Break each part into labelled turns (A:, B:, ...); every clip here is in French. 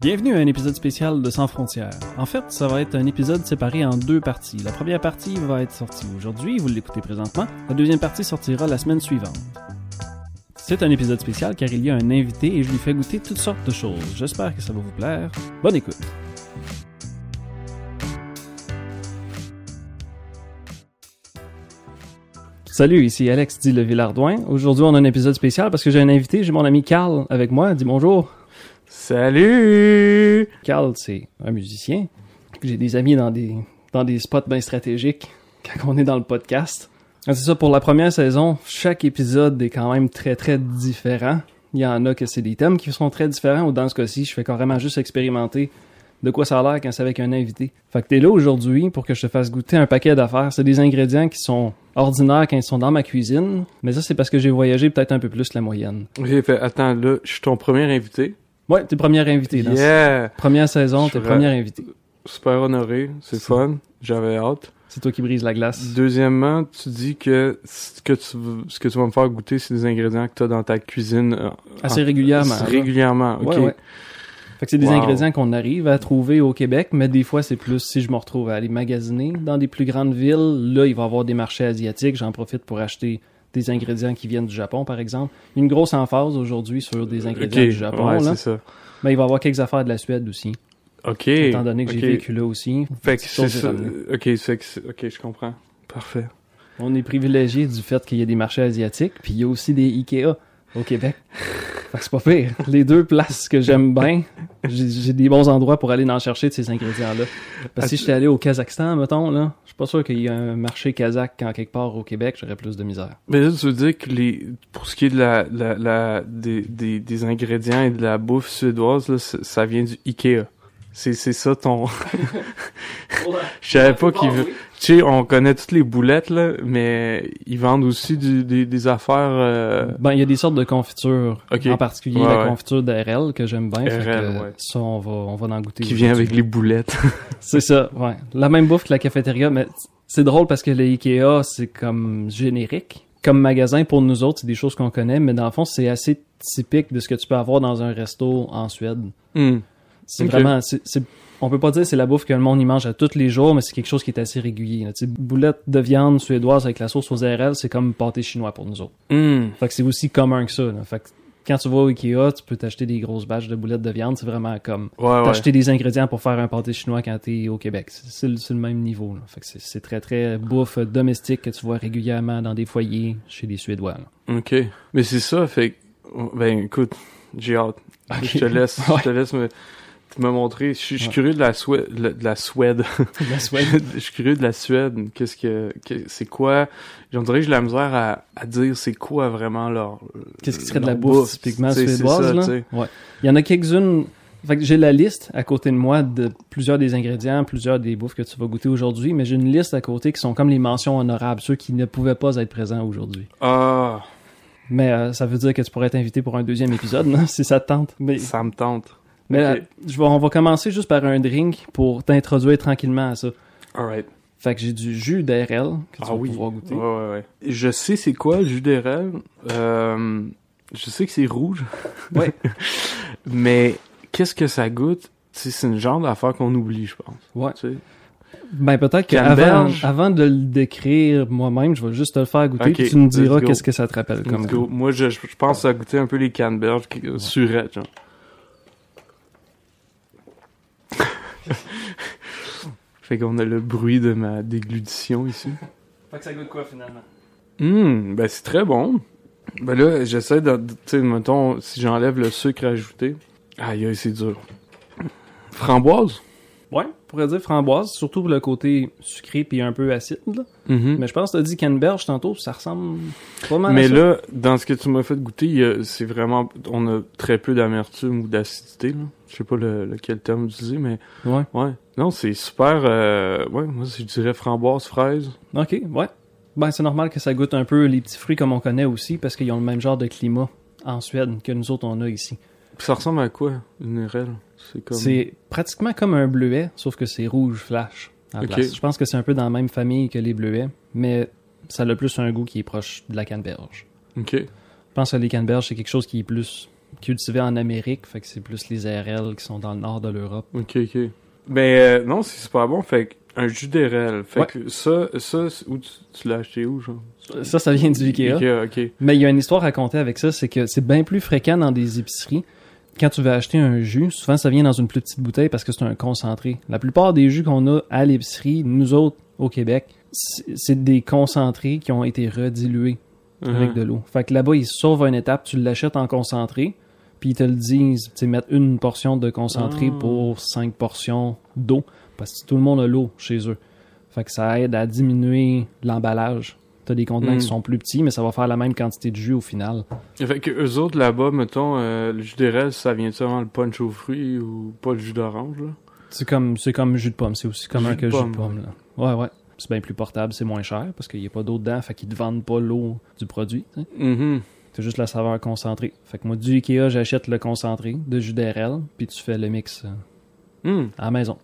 A: Bienvenue à un épisode spécial de Sans frontières. En fait, ça va être un épisode séparé en deux parties. La première partie va être sortie aujourd'hui, vous l'écoutez présentement. La deuxième partie sortira la semaine suivante. C'est un épisode spécial car il y a un invité et je lui fais goûter toutes sortes de choses. J'espère que ça va vous plaire. Bonne écoute. Salut, ici Alex dit le Villardouin. Aujourd'hui, on a un épisode spécial parce que j'ai un invité, j'ai mon ami Carl avec moi. Dis bonjour.
B: Salut!
A: Carl, c'est un musicien. J'ai des amis dans des, dans des spots bien stratégiques quand on est dans le podcast. Ah, C'est ça, pour la première saison, chaque épisode est quand même très, très différent. Il y en a que c'est des thèmes qui sont très différents, ou dans ce cas-ci, je fais carrément juste expérimenter de quoi ça a l'air quand c'est avec un invité. Fait que t'es là aujourd'hui pour que je te fasse goûter un paquet d'affaires. C'est des ingrédients qui sont ordinaires quand ils sont dans ma cuisine, mais ça, c'est parce que j'ai voyagé peut-être un peu plus que la moyenne.
B: J'ai fait, attends, là, je suis ton premier invité.
A: Ouais, t'es premier invité dans cette
B: Yeah!
A: première saison,
B: Je
A: t'es
B: suis
A: premier invité.
B: Super honoré, c'est fun, j'avais hâte.
A: C'est toi qui brises la glace.
B: Deuxièmement, tu dis que ce que tu, v- ce que tu vas me faire goûter, c'est des ingrédients que tu as dans ta cuisine. euh,
A: Assez
B: en-
A: régulièrement. là.
B: Régulièrement, ok.
A: Ouais, ouais. Fait que c'est des
B: Wow.
A: ingrédients qu'on arrive à trouver au Québec, mais des fois c'est plus si je me retrouve à aller magasiner dans des plus grandes villes. Là, il va y avoir des marchés asiatiques. J'en profite pour acheter des ingrédients qui viennent du Japon, par exemple. Une grosse emphase aujourd'hui sur des ingrédients
B: Ok,
A: du Japon.
B: ouais,
A: là.
B: c'est ça.
A: Mais il va y avoir quelques affaires de la Suède aussi,
B: Ok.
A: étant donné que
B: ok.
A: j'ai vécu là aussi.
B: Fait que
A: Petite
B: c'est
A: chose
B: ça.
A: étonnée.
B: Ok, fait que c'est- ok, je comprends. Parfait.
A: On est privilégié du fait qu'il y a des marchés asiatiques, puis il y a aussi des Ikea au Québec. Fait que c'est pas pire. Les deux places que j'aime bien, j'ai j'ai des bons endroits pour aller en chercher de ces ingrédients-là. Parce que si j'étais allé au Kazakhstan, mettons, là, je suis pas sûr qu'il y ait un marché kazakh en quelque part au Québec, j'aurais plus de misère.
B: Mais là, tu veux dire que les, pour ce qui est de la, la, la- des, des, des ingrédients et de la bouffe suédoise, là, ça, ça vient du Ikea. C'est, c'est ça ton. Je savais pas qu'ils. Tu sais, on connaît toutes les boulettes, là, mais ils vendent aussi du- des, des affaires. euh,
A: Ben, il y a des sortes de confitures,
B: Ok.
A: en particulier
B: Ouais,
A: la
B: ouais.
A: confiture d'RL que j'aime bien. fait
B: RL,
A: que
B: ouais.
A: Ça, on va, on va en goûter.
B: qui vient avec
A: aujourd'hui.
B: les boulettes.
A: C'est ça, ouais. La même bouffe que la cafétéria, mais c'est drôle parce que les Ikea, c'est comme générique. Comme magasin, pour nous autres, c'est des choses qu'on connaît, mais dans le fond, c'est assez typique de ce que tu peux avoir dans un resto en Suède.
B: Hmm.
A: C'est
B: Ok.
A: vraiment... c'est- c'est- on peut pas dire que c'est la bouffe que le monde y mange à tous les jours, mais c'est quelque chose qui est assez régulier. là. Tu sais, boulettes de viande suédoise avec la sauce aux RL, c'est comme pâté chinois pour nous autres.
B: Hmm.
A: Fait que c'est aussi commun que ça. là. Fait que quand tu vas au Ikea, tu peux t'acheter des grosses bâches de boulettes de viande, c'est vraiment comme
B: Ah Ouais, ouais.
A: acheter des ingrédients pour faire un pâté chinois quand t'es au Québec. C'est- C'est le, c'est le même niveau. là. Fait que c'est- c'est très, très bouffe domestique que tu vois régulièrement dans des foyers chez les Suédois. là.
B: Ok. Mais c'est ça, fait que- Ben, écoute, j'ai hâte. Ah, Je te laisse,
A: Ouais.
B: je te laisse me, me montrer. Je suis je suis
A: Ouais.
B: curieux de la Suède. De la Suède.
A: La
B: Je,
A: Suède.
B: je suis curieux de la Suède. Qu'est-ce que, que- c'est quoi J'en dirais que j'ai la misère à, à dire c'est quoi vraiment leur.
A: Qu'est-ce qui serait de la
B: leur
A: bouffe, typiquement
B: Tu sais, c'est
A: suédoise?
B: ça,
A: là?
B: tu sais.
A: Ouais. Il y en a quelques-unes. Fait que j'ai la liste à côté de moi de plusieurs des ingrédients, plusieurs des bouffes que tu vas goûter aujourd'hui, mais j'ai une liste à côté qui sont comme les mentions honorables, ceux qui ne pouvaient pas être présents aujourd'hui.
B: Ah,
A: Mais euh, ça veut dire que tu pourrais être invité pour un deuxième épisode, non? si ça te tente. Mais
B: ça me tente.
A: Mais
B: Ok.
A: euh, je vais- on va commencer juste par un drink pour t'introduire tranquillement à ça.
B: Alright.
A: Fait que j'ai du jus d'RL que tu
B: Ah
A: vas
B: oui.
A: pouvoir goûter.
B: Ouais, ouais, ouais. Je sais c'est quoi le jus d'érable. Euh, je sais que c'est rouge.
A: Ouais.
B: Mais qu'est-ce que ça goûte Tu sais, C'est une genre d'affaire qu'on oublie, je pense.
A: Ouais.
B: Tu sais.
A: Ben peut-être qu'avant
B: Canneberge.
A: avant de le décrire moi-même, je vais juste te le faire goûter
B: Ok,
A: puis tu me
B: let's
A: diras
B: go.
A: qu'est-ce que ça te rappelle comme
B: Let's go.
A: goût.
B: Moi, je, je je pense que ça goûtait un peu les canneberges qui- euh, surettes, genre. fait qu'on a le bruit de ma déglutition ici.
A: Fait que ça goûte quoi finalement
B: Hum, ben c'est très bon. Ben là, j'essaie de, de- tu sais, mettons, si j'enlève le sucre ajouté. Aïe, aïe, c'est dur. Framboise?
A: Ouais, on pourrait dire framboise, surtout pour le côté sucré puis un peu acide. là.
B: Mhm.
A: Mais je pense que t'as dit canneberge tantôt, ça ressemble pas mal à
B: Mais
A: ça.
B: là, dans ce que tu m'as fait goûter, il y a- c'est vraiment, on a très peu d'amertume ou d'acidité, là. Je sais pas le, lequel terme utiliser, mais
A: Ouais.
B: Ouais. Non, c'est super. Euh, ouais, moi, je dirais framboise, fraise.
A: OK, ouais. Ben, c'est normal que ça goûte un peu les petits fruits comme on connaît aussi, parce qu'ils ont le même genre de climat en Suède que nous autres on a ici.
B: Puis ça ressemble à quoi, une RL C'est comme.
A: C'est pratiquement comme un bleuet, sauf que c'est rouge flash à la
B: Ok.
A: place. Je pense que c'est un peu dans la même famille que les bleuets, mais ça a le plus un goût qui est proche de la canneberge.
B: Ok.
A: Je pense que les canneberges, c'est quelque chose qui est plus cultivés en Amérique, fait que c'est plus les RL qui sont dans le nord de l'Europe.
B: Ok, ok. Ben euh, non, c'est super bon. Fait que un jus d'RL. Fait
A: Ouais.
B: que ça, ça c'est- où tu, tu l'as acheté où, genre?
A: Ça, ça vient du Ikea.
B: Ikea, ok.
A: Mais il y a une histoire racontée avec ça, c'est que c'est bien plus fréquent dans des épiceries. Quand tu veux acheter un jus, souvent ça vient dans une plus petite bouteille parce que c'est un concentré. La plupart des jus qu'on a à l'épicerie, nous autres au Québec, c'est c'est des concentrés qui ont été redilués avec
B: Uh-huh.
A: de l'eau. Fait que là-bas, ils sauvent une étape, tu l'achètes en concentré, puis ils te le disent, tu sais, mettre une portion de concentré
B: Ah.
A: pour cinq portions d'eau, parce que tout le monde a l'eau chez eux. Fait que ça aide à diminuer l'emballage. T'as des contenants
B: Mm.
A: qui sont plus petits, mais ça va faire la même quantité de jus au final.
B: Fait que eux autres là-bas, mettons, euh, le jus d'RL, ça vient seulement le punch aux fruits ou pas le jus d'orange, là?
A: C'est comme, c'est comme jus de pomme, c'est aussi commun
B: Jus de
A: que le jus
B: pomme.
A: de pomme. Là. Ouais, ouais. C'est bien plus portable, c'est moins cher parce qu'il n'y a pas d'eau dedans, fait qu'ils te vendent pas l'eau du produit. tu sais.
B: Mhm.
A: T'as juste la saveur concentrée. Fait que moi, du Ikea, j'achète le concentré de jus d'RL, puis tu fais le mix euh,
B: Hmm.
A: à la maison.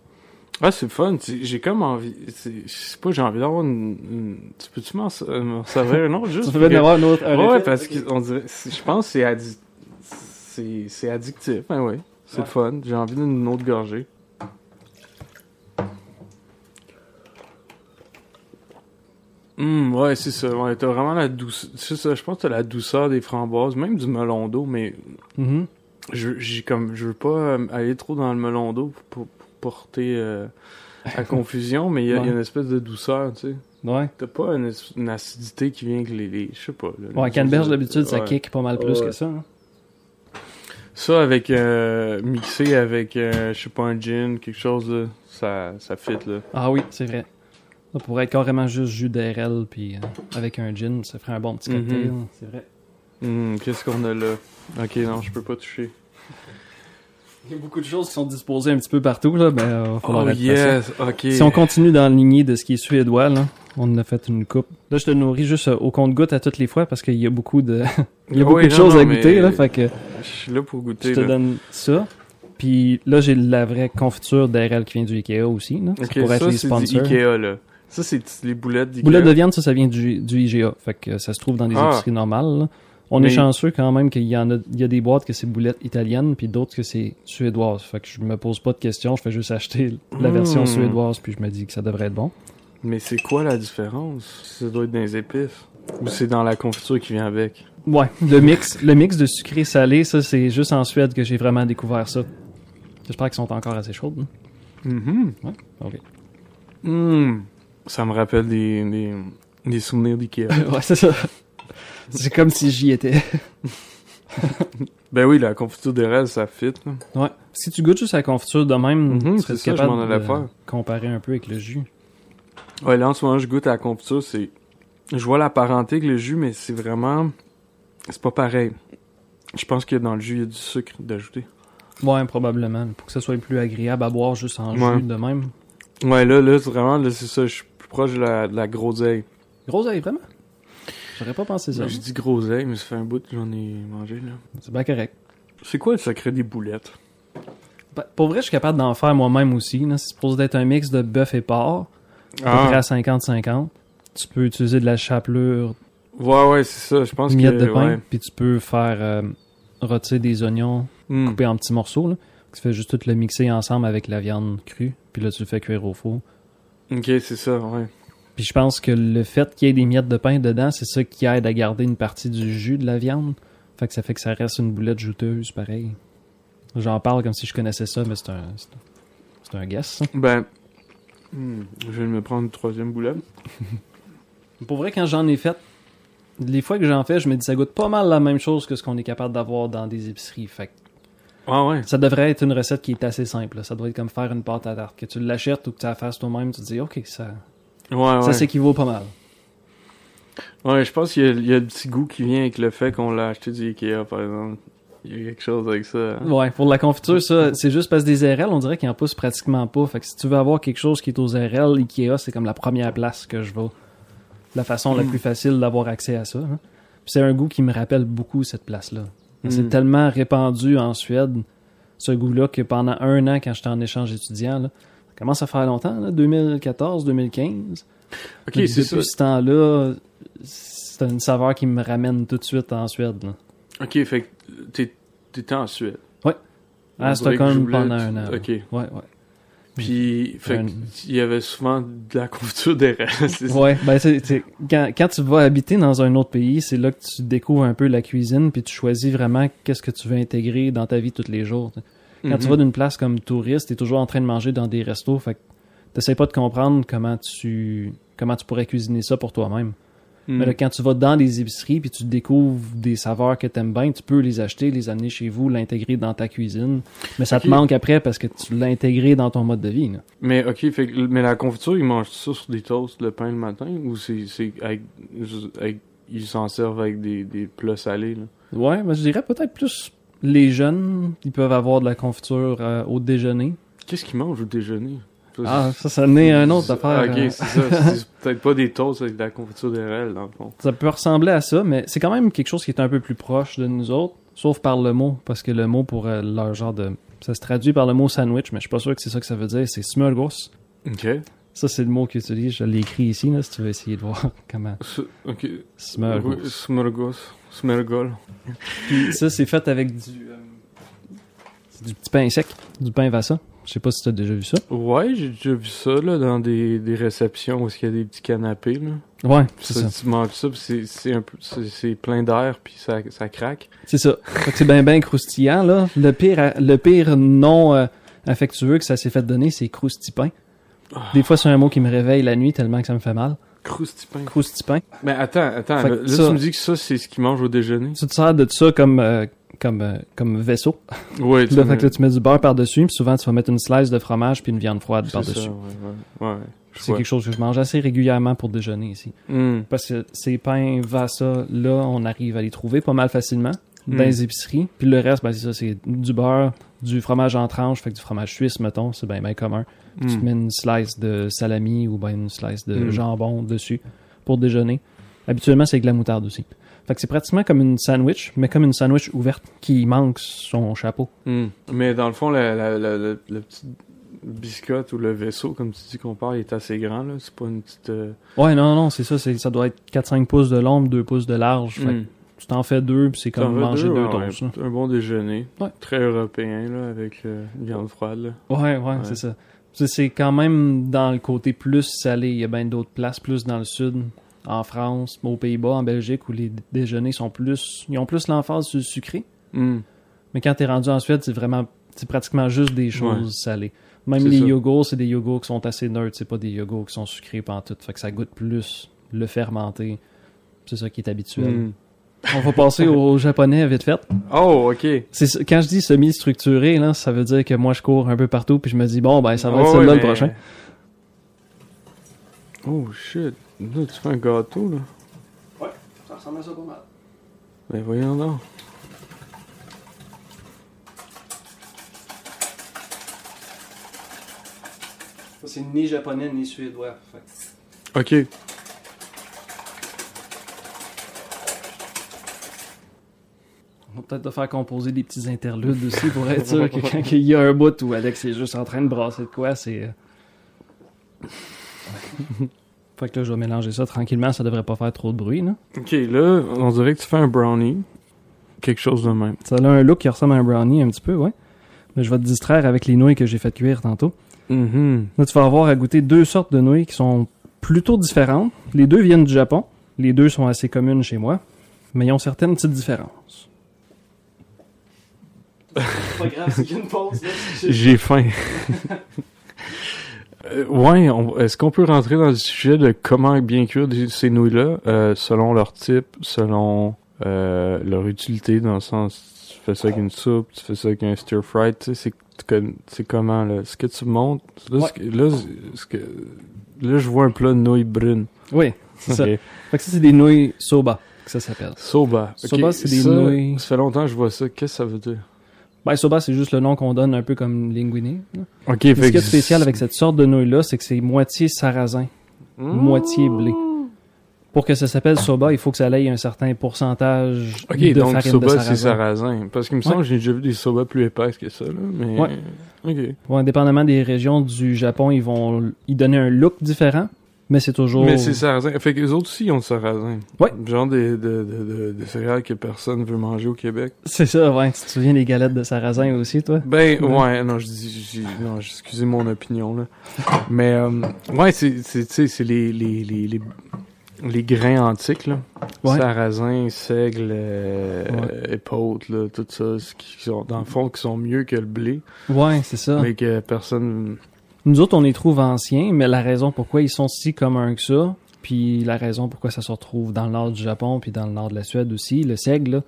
B: Ah, c'est fun. C'est- J'ai comme envie. c'est- Je sais pas, j'ai envie d'avoir une, une- Tu peux-tu m'en s- euh, m'en servir un autre
A: Ça
B: juste?
A: fait bien
B: pour
A: avoir une autre.
B: que-
A: un
B: Ouais,
A: effet.
B: parce que on dirait. c'est- Je pense que c'est addi- c'est c'est addictif. Hein, ouais. C'est le
A: Ouais.
B: fun. J'ai envie d'une autre gorgée. Hum, ouais, c'est ça. Ouais, t'as vraiment la douceur. C'est ça, je pense que t'as la douceur des framboises, même du melon d'eau, mais
A: Mhm.
B: je j'ai comme je veux pas euh, aller trop dans le melon d'eau pour, pour porter euh, à confusion mais il y, a il y a une espèce de douceur tu sais
A: Ouais.
B: t'as pas une, es- une acidité qui vient avec les, les- je sais pas là,
A: Ouais,
B: les- euh,
A: canneberge d'habitude, ça
B: Ouais.
A: kick pas mal plus
B: Ouais.
A: que ça. hein.
B: ça avec euh, mixé avec euh, je sais pas un gin quelque chose là, ça ça fit là
A: Ah oui, c'est vrai. Ça pourrait être carrément juste jus d'RL, puis euh, avec un gin, ça ferait un bon petit
B: Mhm.
A: cocktail. C'est vrai.
B: Hum, qu'est-ce qu'on a là ok non je peux pas toucher
A: Il y a beaucoup de choses qui sont disposées un petit peu partout, là, mais euh, va falloir
B: oh
A: être patient.
B: yes ok
A: Si on continue dans la lignée de ce qui est suédois, là, on en a fait une coupe. Là, je te nourris juste euh, au compte-goutte à toutes les fois parce qu'il y a beaucoup de, il y a beaucoup
B: Ouais,
A: de
B: non,
A: choses
B: Ah non,
A: à
B: mais
A: goûter, là. Fait que
B: je suis là pour
A: je
B: goûter
A: te
B: là.
A: donne ça. Puis là, j'ai la vraie confiture d'RL qui vient du Ikea aussi, là.
B: ok
A: ça pourrait être
B: ça
A: les
B: c'est du
A: sponsors.
B: Ikea là ça c'est t- les boulettes d'Ikea
A: Boulettes de viande, ça, ça vient du, du IGA. Fait que ça se trouve dans des
B: Ah.
A: épiceries normales, là. On
B: Mais-
A: est chanceux quand même qu'il y en a, il y a des boîtes que c'est boulettes italiennes puis d'autres que c'est suédoise. Fait que je me pose pas de questions, je fais juste acheter la version
B: Mm.
A: suédoise puis je me dis que ça devrait être bon.
B: Mais c'est quoi la différence? Ça doit être dans les épices. Ou c'est dans la confiture qui vient avec.
A: Ouais, le mix, le mix de sucré salé, ça c'est juste en Suède que j'ai vraiment découvert ça. J'espère qu'ils sont encore assez chaudes. hein.
B: Mhm.
A: Mm-hmm. Ouais, ok.
B: Mm. Ça me rappelle des, des, des souvenirs d'Ikea.
A: ouais, c'est ça. C'est comme si j'y étais.
B: ben oui, la confiture de rêve, ça fit. là.
A: Ouais. Si tu goûtes juste la confiture de même,
B: Mhm,
A: tu
B: c'est
A: serais
B: ça, je
A: capable
B: m'en allais
A: de
B: faire.
A: comparer un peu avec le jus.
B: Ouais, là en ce moment, je goûte à la confiture, c'est... Je vois la parenté avec le jus, mais c'est vraiment... C'est pas pareil. Je pense que dans le jus, il y a du sucre d'ajouter.
A: Ouais, probablement. Pour que ça soit plus agréable à boire juste en
B: Ouais.
A: jus de même.
B: Ouais, là, là, c'est vraiment, là, c'est ça, je suis plus proche de la, de la groseille.
A: Groseille, vraiment? J'aurais pas pensé ça.
B: Ben, Je dis groseille, mais ça fait un bout que j'en ai mangé, là.
A: C'est bien correct.
B: C'est quoi le secret des boulettes?
A: Ben, Pour vrai, je suis capable d'en faire moi-même aussi. là. C'est supposé être un mix de bœuf et porc, à
B: Ah.
A: peu près à 50-50. Tu peux utiliser de la chapelure,
B: Ouais, ouais, c'est ça. Je pense
A: miettes
B: que.
A: de pain,
B: ouais.
A: puis tu peux faire euh, rôtir des oignons
B: Hmm.
A: coupés en petits morceaux. Là. Tu fais juste tout le mixer ensemble avec la viande crue, puis là tu le fais cuire au four.
B: Ok, c'est ça, ouais.
A: Puis je pense que le fait qu'il y ait des miettes de pain dedans, c'est ça qui aide à garder une partie du jus de la viande. Fait que ça fait que ça reste une boulette juteuse, pareil. J'en parle comme si je connaissais ça, mais c'est un, c'est un- c'est un guess. hein. ça.
B: Ben. hmm, Je vais me prendre une troisième boulette.
A: Pour vrai, quand j'en ai fait, les fois que j'en fais, je me dis ça goûte pas mal la même chose que ce qu'on est capable d'avoir dans des épiceries. Fait que
B: Ah, ouais.
A: Ça devrait être une recette qui est assez simple. là. Ça doit être comme faire une pâte à tarte. Que tu l'achètes ou que tu la fasses toi-même, tu te dis OK, ça,
B: Ouais, Ah ouais.
A: ça s'équivaut pas mal.
B: ouais, je pense qu'il y, a- il y a le petit goût qui vient avec le fait qu'on l'a acheté du Ikea, par exemple. Il y a quelque chose avec ça. hein.
A: Ouais, pour la confiture, ça, c'est juste parce que des RL, on dirait qu'ils en poussent pratiquement pas. Fait que si tu veux avoir quelque chose qui est aux RL, Ikea, c'est comme la première place que je vais. La façon la
B: Mm.
A: plus facile d'avoir accès à ça. hein. Puis c'est un goût qui me rappelle beaucoup cette place-là.
B: Mm.
A: C'est tellement répandu en Suède, ce goût-là, que pendant un an, quand j'étais en échange étudiant, là, ça commence à faire longtemps, 2014-2015.
B: Ok,
A: Mais
B: c'est
A: depuis
B: ça.
A: ce temps-là, c'est une saveur qui me ramène tout de suite en Suède. là.
B: Ok, fait que t'es- T'étais en Suède.
A: À
B: Faudrait que je
A: Stockholm
B: voulais-
A: pendant un an.
B: Ok.
A: Ouais, ouais.
B: Puis, fait
A: Un-
B: que il y avait souvent de la confiture d'érable. c'est ça.
A: Ouais, ben c'est, c'est- quand, quand tu vas habiter dans un autre pays, c'est là que tu découvres un peu la cuisine, puis tu choisis vraiment qu'est-ce que tu veux intégrer dans ta vie tous les jours. t'sais. Quand tu
B: Mhm.
A: vas d'une place comme touriste, t'es toujours en train de manger dans des restos, fait que t'essaies pas de comprendre comment tu comment tu pourrais cuisiner ça pour toi-même.
B: Mm.
A: Mais là, quand tu vas dans des épiceries puis tu découvres des saveurs que t'aimes bien, tu peux les acheter, les amener chez vous, l'intégrer dans ta cuisine. Mais ça te
B: Ok.
A: manque après parce que tu l'as intégré dans ton mode de vie. là.
B: Mais ok, fait que- mais la confiture, ils mangent ça sur des toasts le pain le matin ou c'est c'est avec, juste avec- ils s'en servent avec des, des plats salés là.
A: Ouais, mais je dirais peut-être plus les jeunes, ils peuvent avoir de la confiture euh, au déjeuner.
B: Qu'est-ce qu'ils mangent au déjeuner Ça,
A: Ah,
B: c'est-
A: ça, ça n'est un autre affaire.
B: Ok,
A: euh,
B: c'est ça. C'est peut-être pas des toasts avec de la confiture d'érable dans le fond.
A: ça peut ressembler à ça, mais c'est quand même quelque chose qui est un peu plus proche de nous autres, sauf par le mot, parce que le mot pour euh, leur genre de... Ça se traduit par le mot sandwich, mais je suis pas sûr que c'est ça que ça veut dire. C'est smörgås.
B: Ok.
A: Ça, c'est le mot qu'ils utilisent. Je l'ai écrit ici, là, si tu veux essayer de voir comment...
B: S- Ok.
A: Smörgås.
B: Oui, Smörgås. Smergol.
A: Puis ça, c'est fait avec du... euh, c'est du petit pain sec, du pain vassa. Je sais pas si tu as déjà vu ça.
B: Ouais, j'ai déjà vu ça là dans des, des réceptions où il y a des petits canapés là.
A: Ouais, c'est ça.
B: Ça, tu manges ça, puis c'est c'est un peu c'est c'est plein d'air puis ça ça craque.
A: C'est ça. Fait que c'est bien ben croustillant là. Le pire le pire non euh, affectueux que ça s'est fait donner, c'est croustipin. Des fois c'est un mot qui me réveille la nuit tellement que ça me fait mal.
B: Croustipin.
A: Croustipin.
B: Mais attends, attends.
A: Fait
B: Là,
A: que
B: là,
A: ça-
B: tu me dis que ça, c'est ce qu'ils mangent au déjeuner.
A: Tu te sers de ça comme euh, comme euh, comme vaisseau.
B: Ouais,
A: Là, fait que là, tu mets du beurre par-dessus, puis souvent tu vas mettre une slice de fromage puis une viande froide
B: C'est ça,
A: par-dessus.
B: ouais, ouais. ouais. Je
A: C'est
B: vois.
A: quelque chose que je mange assez régulièrement pour déjeuner ici.
B: Hmm.
A: Parce que ces pains Vassa là, on arrive à les trouver pas mal facilement
B: Mm.
A: dans les épiceries. Puis le reste, ben c'est ça, c'est du beurre, du fromage en tranche, fait que du fromage suisse mettons, c'est bien ben commun. Tu te
B: Hmm.
A: mets une slice de salami ou ben une slice de
B: Mm.
A: jambon dessus pour déjeuner. Habituellement, c'est avec de la moutarde aussi. Fait que c'est pratiquement comme une sandwich, mais comme une sandwich ouverte qui manque son chapeau.
B: Hmm. Mais dans le fond, la, la, la, la- le petit biscotte ou le vaisseau, comme tu dis qu'on parle, il est assez grand, là. C'est pas une petite... euh,
A: Ouais, non, non, c'est ça. c'est- Ça doit être 4-5 pouces de long, 2 pouces de large. Fait que
B: hmm.
A: tu t'en fais deux, puis c'est
B: T'en
A: comme
B: veux
A: manger deux,
B: Ouais,
A: doses, là.
B: ouais. Un bon déjeuner.
A: Ouais.
B: Très européen, là, avec euh, une viande froide, là.
A: Ouais, ouais,
B: Ouais.
A: c'est ça. C'est- C'est quand même dans le côté plus salé. Il y a bien d'autres places, plus dans le sud, en France, aux Pays-Bas, en Belgique, où les dé- déjeuners sont plus. Ils ont plus l'emphase sur le sucré.
B: Hmm.
A: Mais quand t'es rendu en Suède, c'est vraiment. C'est pratiquement juste des choses salées. Même
B: C'est
A: les
B: ça.
A: yogourts, c'est des yogourts qui sont assez neutres. C'est pas des yogourts qui sont sucrés pantoute. Fait que ça goûte plus le fermenté. C'est ça qui est habituel.
B: Hmm.
A: On va passer au japonais vite fait.
B: Oh, OK.
A: C'est ça- quand je dis semi-structuré, là, ça veut dire que moi je cours un peu partout puis je me dis bon ben ça va être
B: Oh, Ouais,
A: celui-là
B: ouais,
A: le prochain.
B: mais- Oh, shit. Là, tu fais un gâteau, là.
A: Ça ressemble à ça pas mal.
B: Ben voyons donc.
A: C'est ni japonais ni suédois.
B: Ok.
A: On va peut-être te faire composer des petits interludes aussi pour être sûr que quand il y a un bout où Alex est juste en train de brasser de quoi, c'est. euh. fait que là, je vais mélanger ça tranquillement, ça devrait pas faire trop de bruit. Là.
B: Ok, là, on dirait que tu fais un brownie. Quelque chose de même.
A: Ça a un look qui ressemble à un brownie un petit peu, ouais. Mais je vais te distraire avec les nouilles que j'ai fait cuire tantôt.
B: Mhm.
A: Là, tu vas avoir à goûter deux sortes de nouilles qui sont plutôt différentes. Les deux viennent du Japon. Les deux sont assez communes chez moi, mais ils ont certaines petites différences. Pas grave, c'est une pause.
B: J'ai faim. Euh, ouais, on- est-ce qu'on peut rentrer dans le sujet de comment bien cuire des- ces nouilles-là, euh, selon leur type, selon euh, leur utilité, dans le sens, tu fais ça avec une soupe, tu fais ça avec un stir-fried, tu sais, c'est que- c'est comment, là? Ce que tu montes, là, ce
A: Ouais.
B: que- là, ce que- là, je vois un plat de nouilles brunes.
A: Oui, c'est ça.
B: Ok.
A: Fait que ça, c'est des nouilles soba, que ça s'appelle.
B: Soba. Ok,
A: Soba, c'est des
B: ça,
A: nouilles.
B: Ça fait longtemps que je vois ça. Qu'est-ce que ça veut dire?
A: Ben, soba, c'est juste le nom qu'on donne un peu comme linguini. là.
B: Ok,
A: Mais Ce qui est spécial avec cette sorte de nouilles-là, c'est que c'est moitié sarrasin, moitié blé. Pour que ça s'appelle soba, il faut que ça aille un certain pourcentage
B: Ok,
A: de
B: donc
A: farine
B: soba,
A: de
B: c'est
A: sarrasin.
B: sarrasin. Parce qu'il me semble
A: Ouais.
B: que j'ai déjà vu des soba plus épaisses que ça, là. Mais...
A: Ouais.
B: Ok.
A: Ouais, indépendamment des régions du Japon, ils vont y donner un look différent, Mais c'est toujours.
B: Mais c'est sarrasin. Fait que les autres aussi ils ont le sarrasin.
A: Ouais.
B: Genre de, de, de, de, de céréales que personne veut manger au Québec.
A: C'est ça, ouais. Tu te souviens des galettes de sarrasin aussi, toi?
B: Ben ouais, non, je dis, je dis- non, excusez mon opinion là. Mais euh, ouais, c'est, c'est, tu sais, c'est les, les, les, les, les grains antiques là.
A: Ouais.
B: Sarrasin, seigle, euh,
A: Ouais.
B: épaule, là, tout ça, ce qui sont dans le fond qui sont mieux que le blé,
A: Ouais, c'est ça.
B: mais que personne.
A: Nous autres, on les trouve anciens, mais la raison pourquoi ils sont si communs que ça, puis la raison pourquoi ça se retrouve dans le nord du Japon, puis dans le nord de la Suède aussi, le seigle, là,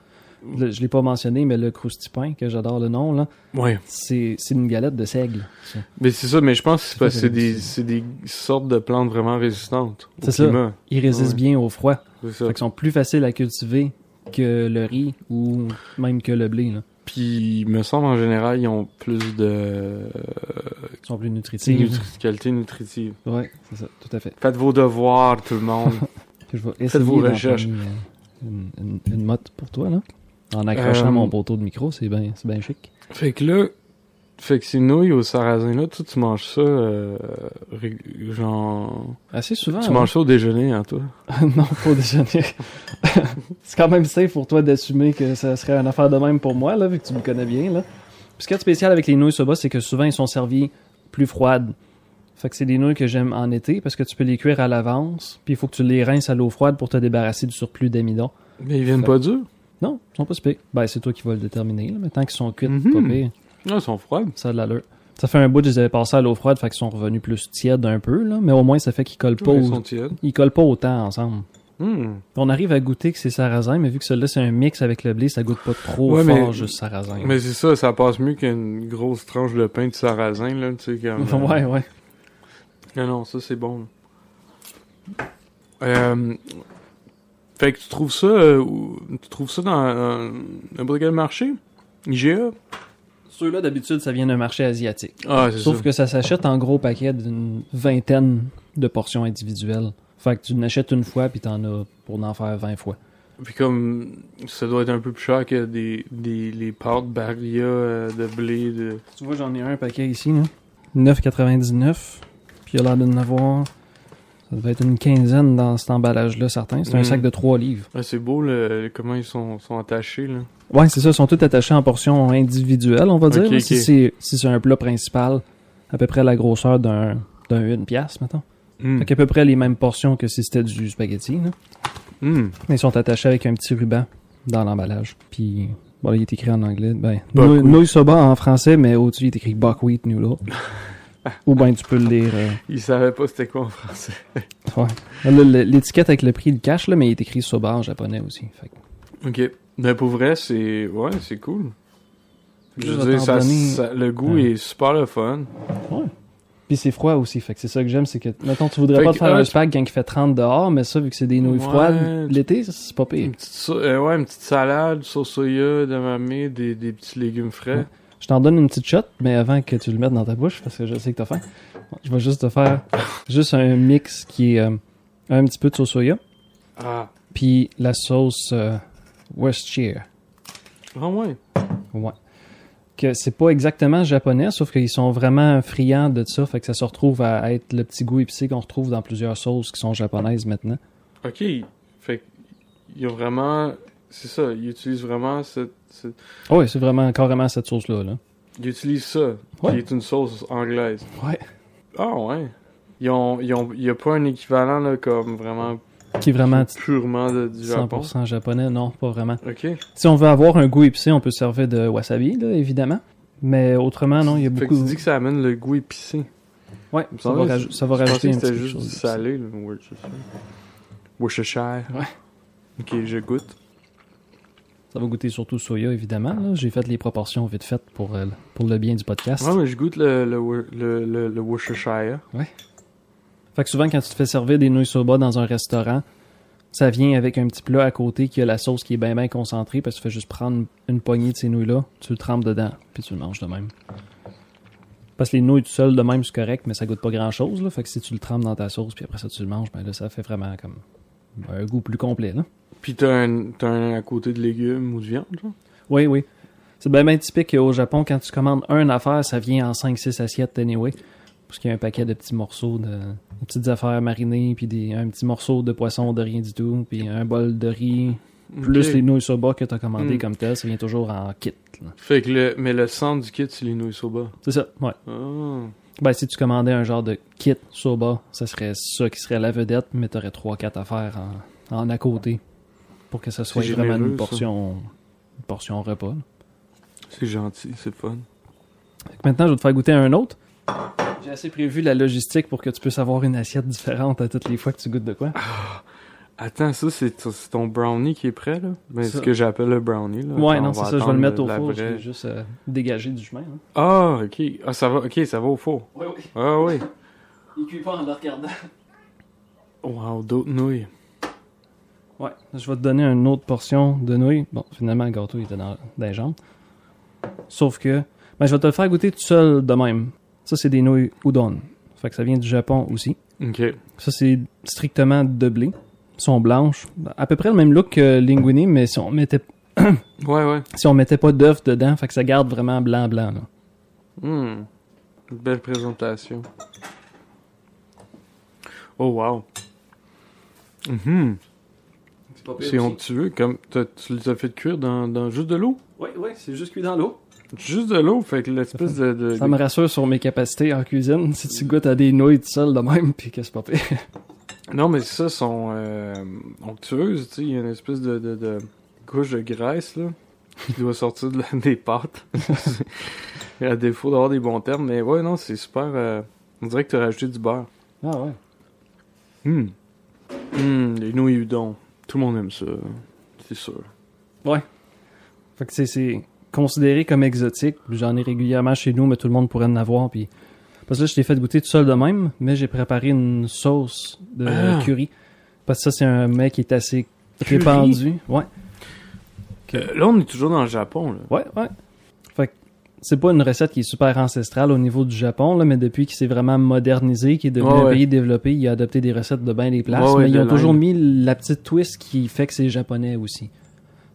A: le- je l'ai pas mentionné, mais le croustipin, que j'adore le nom, là,
B: Ouais.
A: c'est c'est une galette de seigle. ça.
B: Mais c'est ça, mais je pense que c'est parce que c'est
A: C'est
B: des, c'est des sortes de plantes vraiment résistantes. au
A: C'est ça.
B: climat.
A: Ils résistent
B: Ouais.
A: bien au froid,
B: C'est ça.
A: fait qu'ils sont plus faciles à cultiver que le riz ou même que le blé. Là.
B: Puis, il me semble, en général, ils ont plus de
A: Ils sont plus
B: euh,
A: nutritifs.
B: nutri- qualité nutritive.
A: Ouais, c'est ça, tout à fait.
B: Faites vos devoirs, tout le monde.
A: Je vais essayer
B: vos
A: d'en
B: recherches.
A: prendre, euh, Une, une, une motte pour toi, là. En accrochant
B: Euh,
A: mon poteau de micro, c'est bien c'est bien chic.
B: fait que là, fait que ces nouilles au sarrasin, là, toi, tu manges ça, euh, rég- genre...
A: Assez souvent.
B: tu
A: ouais.
B: manges ça au déjeuner, hein, toi?
A: non, pas au déjeuner. c'est quand même safe pour toi d'assumer que ça serait une affaire de même pour moi, là, vu que tu me connais bien, là. Puis ce qui est spécial avec les nouilles soba, c'est que souvent, ils sont servis plus froides. Fait que c'est des nouilles que j'aime en été parce que tu peux les cuire à l'avance, puis il faut que tu les rinces à l'eau froide pour te débarrasser du surplus d'amidon.
B: Mais ils viennent
A: Fait-
B: pas durs.
A: Non, ils sont pas spé. Ben, c'est toi qui vas le déterminer, là, maintenant qu'ils sont cuits,
B: Mhm.
A: pas pire.
B: Non, ils sont froides.
A: Ça a de l'allure. Ça fait un bout que je les avais passés à l'eau froide, fait qu'ils sont revenus plus tièdes un peu, là, mais au moins ça fait qu'ils collent pas,
B: Ouais,
A: au-
B: ils sont tièdes.
A: ils collent pas autant ensemble.
B: Hmm.
A: On arrive à goûter que c'est sarrasin, mais vu que celui-là c'est un mix avec le blé, ça goûte pas trop
B: Ouais,
A: fort
B: mais-
A: juste sarrasin.
B: Mais c'est ça, ça passe mieux qu'une grosse tranche de pain de sarrasin, là, tu sais, comme... euh,
A: ouais, ouais.
B: Non, non, ça c'est bon. Euh, fait que tu trouves ça, euh, où- tu trouves ça dans dans n'importe quel marché? IGA?
A: Ceux-là d'habitude ça vient d'un marché asiatique.
B: Ah, c'est ça.
A: Sauf que ça s'achète en gros paquet d'une vingtaine de portions individuelles. Fait que tu n'achètes une fois puis t'en as pour en faire 20 fois.
B: Puis comme ça doit être un peu plus cher que des, des les pâtes barilla euh, de blé de.
A: Tu vois, j'en ai un paquet ici, là. 9,99. Puis il a l'air de en avoir. Ça devait être une quinzaine dans cet emballage-là, certain. C'est un
B: Mm.
A: sac de 3 livres.
B: Ah, c'est beau le, comment ils sont, sont attachés là.
A: Ouais, c'est ça. Ils sont tous attachés en portions individuelles, on va dire.
B: Ok,
A: là,
B: ok.
A: Si c'est si c'est un plat principal, à peu près la grosseur d'un d'un une pièce, mettons.
B: Hmm.
A: Fait qu'à peu près les mêmes portions que si c'était du spaghetti, là.
B: Hmm.
A: Ils sont attachés avec un petit ruban dans l'emballage. Puis, bon, là, il est écrit en anglais. Ben, nou-
B: Buckwheat.
A: nouilles soba en français, mais au-dessus, il est écrit buckwheat noodle. Ou ben, tu peux le lire. euh,
B: Ils savaient pas c'était quoi en français.
A: Ouais. Là, le- L'étiquette avec le prix, il le cache, là, mais il est écrit soba en japonais aussi. Fait que-
B: Ok. Mais pour vrai, c'est ouais, c'est cool. Je
A: Je
B: veux
A: vais
B: dire,
A: t'en
B: ça-
A: donner-
B: ça- le goût
A: Ouais.
B: est super le fun.
A: Puis c'est froid aussi, fait que c'est ça que j'aime, c'est que, mettons, tu voudrais
B: Fait
A: pas
B: que,
A: te faire
B: ah,
A: un
B: tu-
A: spag quand il fait 30 dehors, mais ça, vu que c'est des nouilles
B: Ouais.
A: froides, l'été, ça, c'est pas pire.
B: Une petite, so- euh, ouais, une petite salade, sauce soya, d'amame, des, des petits légumes frais.
A: Je t'en donne une petite shot, mais avant que tu le mettes dans ta bouche, parce que je sais que t'as faim, je vais juste te faire juste un mix qui est euh, un petit peu de sauce soya,
B: Ah.
A: puis la sauce euh, Worcestershire.
B: Ah ouais.
A: Ouais. Que c'est pas exactement japonais, sauf qu'ils sont vraiment friands de ça, fait que ça se retrouve à être le petit goût épicé qu'on retrouve dans plusieurs sauces qui sont japonaises maintenant.
B: Ok. Fait que, ils ont vraiment. C'est ça, ils utilisent vraiment cette. cette-
A: Oh, ouais, c'est vraiment carrément cette sauce-là. Là.
B: Ils utilisent ça,
A: Ouais.
B: qui est une sauce anglaise.
A: Ouais.
B: Ah ouais. Ils ont, ils ont, il y a pas un équivalent, là, comme vraiment
A: Qui est vraiment
B: purement de, du Japon.
A: 100% japonais, non, pas vraiment.
B: Ok.
A: Si on veut avoir un goût épicé, on peut se servir de wasabi, là, évidemment. Mais autrement, non, il y a
B: Fait que tu
A: beaucoup.
B: dis que ça amène le goût épicé.
A: Ouais, ça va,
B: Ouais,
A: raj- ça va
B: Je pensais
A: rajouter
B: que
A: un petit
B: c'était
A: peu de
B: juste du
A: chose.
B: salé, le Worcestershire. Worcestershire.
A: Ouais.
B: Ok, je goûte.
A: Ça va goûter surtout soya, évidemment. là. J'ai fait les proportions vite faites pour, euh, pour le bien du podcast.
B: Ouais, mais je goûte le, le, Wor- le, le, le Worcestershire.
A: Fait que souvent, quand tu te fais servir des nouilles soba dans un restaurant, ça vient avec un petit plat à côté qui a la sauce qui est bien bien concentrée parce que tu fais juste prendre une poignée de ces nouilles-là, tu le trempes dedans, puis tu le manges de même. Parce que les nouilles tout seul de même, c'est correct, mais ça goûte pas grand-chose. Là. Fait que si tu le trempes dans ta sauce, puis après ça, tu le manges, ben là, ça fait vraiment comme un goût plus complet. Là.
B: Pis t'as un, t'as un à côté de légumes ou de viande, genre?
A: Oui, oui. C'est bien, bien typique au Japon, quand tu commandes un affaire, ça vient en 5-6 assiettes anyway. Parce qu'il y a un paquet de petits morceaux de, de petites affaires marinées, puis des, un petit morceau de poisson de rien du tout, puis un bol de riz, plus
B: Ok.
A: les nouilles soba que t'as commandé
B: Mm.
A: comme tel, ça vient toujours en kit. là.
B: Fait que le... Mais le centre du kit, c'est les nouilles soba.
A: C'est ça, ouais.
B: Ah.
A: Ben, si tu commandais un genre de kit soba, ça serait ça qui serait la vedette, mais t'aurais trois quatre affaires en, en à côté pour que ça soit
B: C'est
A: vraiment
B: généreux,
A: une portion, une portion repas.
B: C'est gentil, c'est fun.
A: Fait que maintenant, je vais te faire goûter un autre. J'ai assez prévu la logistique pour que tu puisses avoir une assiette différente à toutes les fois que tu goûtes de quoi.
B: Ah, Attends, ça, c'est ton, c'est ton brownie qui est prêt, là? Ben,
A: Ça.
B: ce que j'appelle le brownie, là.
A: ouais,
B: Attends,
A: non,
B: on
A: c'est
B: va
A: ça, je vais
B: attendre
A: le mettre au
B: la
A: four, je
B: vraie-
A: vais juste euh, dégager du chemin. Hein.
B: Ah, ok. Ah, ça va, ok, ça va au four.
A: Oui, oui,
B: Ah, oui.
A: il cuit pas en le regardant.
B: Wow, d'autres nouilles.
A: Ouais, je vais te donner une autre portion de nouilles. Bon, finalement, le gâteau il était dans, dans les jambes. Sauf que, ben, je vais te le faire goûter tout seul de même. Ça, c'est des nouilles udon. Fait que ça vient du Japon aussi.
B: Ok.
A: Ça, c'est strictement de blé. Elles sont blanches. Ben, À peu près le même look que linguini, mais si on mettait,
B: Ouais, ouais.
A: si on mettait pas d'œuf dedans, fait que ça garde vraiment blanc-blanc. là.
B: Hmm. Une Belle présentation. Oh, wow. Mhm. C'est onctueux, comme t'as- tu les as fait cuire dans, dans juste de l'eau.
A: Oui, oui, c'est juste cuit dans l'eau.
B: Juste de l'eau, fait que l'espèce de, de-
A: Ça me rassure sur mes capacités en cuisine. Si tu goûtes à des nouilles tout seul de même, puis que c'est pas pire.
B: Non, mais ça, sont euh, onctueuses, tu sais. Il y a une espèce de, de, de couche de graisse, là, qui doit sortir de la- des pâtes. à défaut d'avoir des bons termes. Mais ouais, non, c'est super. euh, on dirait que tu as rajouté du beurre.
A: Ah ouais.
B: Hmm. Hmm, les nouilles udon. Tout le monde aime ça. C'est sûr.
A: Fait que c'est- c'est considéré comme exotique. J'en ai régulièrement chez nous, mais tout le monde pourrait en avoir. Puis... Parce que là, je t'ai fait goûter tout seul de même, mais j'ai préparé une sauce de
B: Ah.
A: curry. Parce que ça, c'est un mec qui est assez
B: Curry?
A: répandu. Ouais,
B: Euh, là, on est toujours dans le Japon, là.
A: ouais, ouais. Fait que c'est pas une recette qui est super ancestrale au niveau du Japon, là, mais depuis qu'il s'est vraiment modernisé, qu'il est devenu
B: Ouais,
A: un
B: ouais.
A: pays développé, il a adopté des recettes de bien des places.
B: Ouais, ouais,
A: mais ils
B: de
A: ont toujours
B: l'Inde.
A: mis la petite twist qui fait que c'est japonais aussi.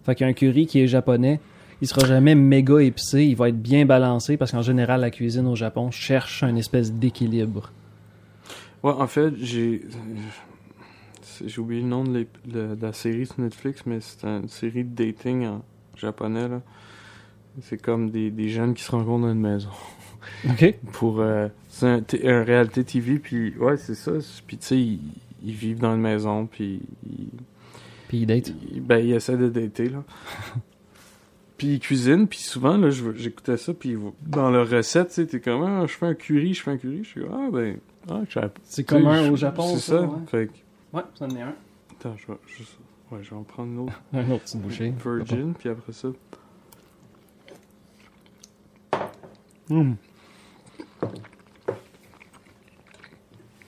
A: Fait qu'un curry qui est japonais, il sera jamais méga épicé, il va être bien balancé parce qu'en général, la cuisine au Japon cherche un espèce d'équilibre.
B: Ouais, en fait, j'ai. c'est- J'ai oublié le nom de, l'ép- de- de la série sur Netflix, mais c'est une série de dating en japonais, là. C'est comme des, des jeunes qui se rencontrent dans une maison.
A: OK.
B: Pour. euh, c'est un, t- un reality TV, puis. Ouais, c'est ça. Puis, tu sais, ils, ils vivent dans une maison, puis. ils-
A: Puis il date.
B: Il- Ben, il essaie de dater, là. puis il cuisine, puis souvent, là, je- j'écoutais ça, puis il- dans leur recette, tu sais, t'es comme, ah, je fais un curry, je fais un curry. Je suis, ah, ben, ah, je savais pas.
A: C'est
B: Tu sais,
A: commun
B: je-
A: au Japon,
B: C'est ça. Fait que,
A: Ouais, ça en est un.
B: attends, je vais, je, ouais, je vais en prendre une autre.
A: Un autre petit boucher.
B: Virgin, puis après ça.
A: Hmm.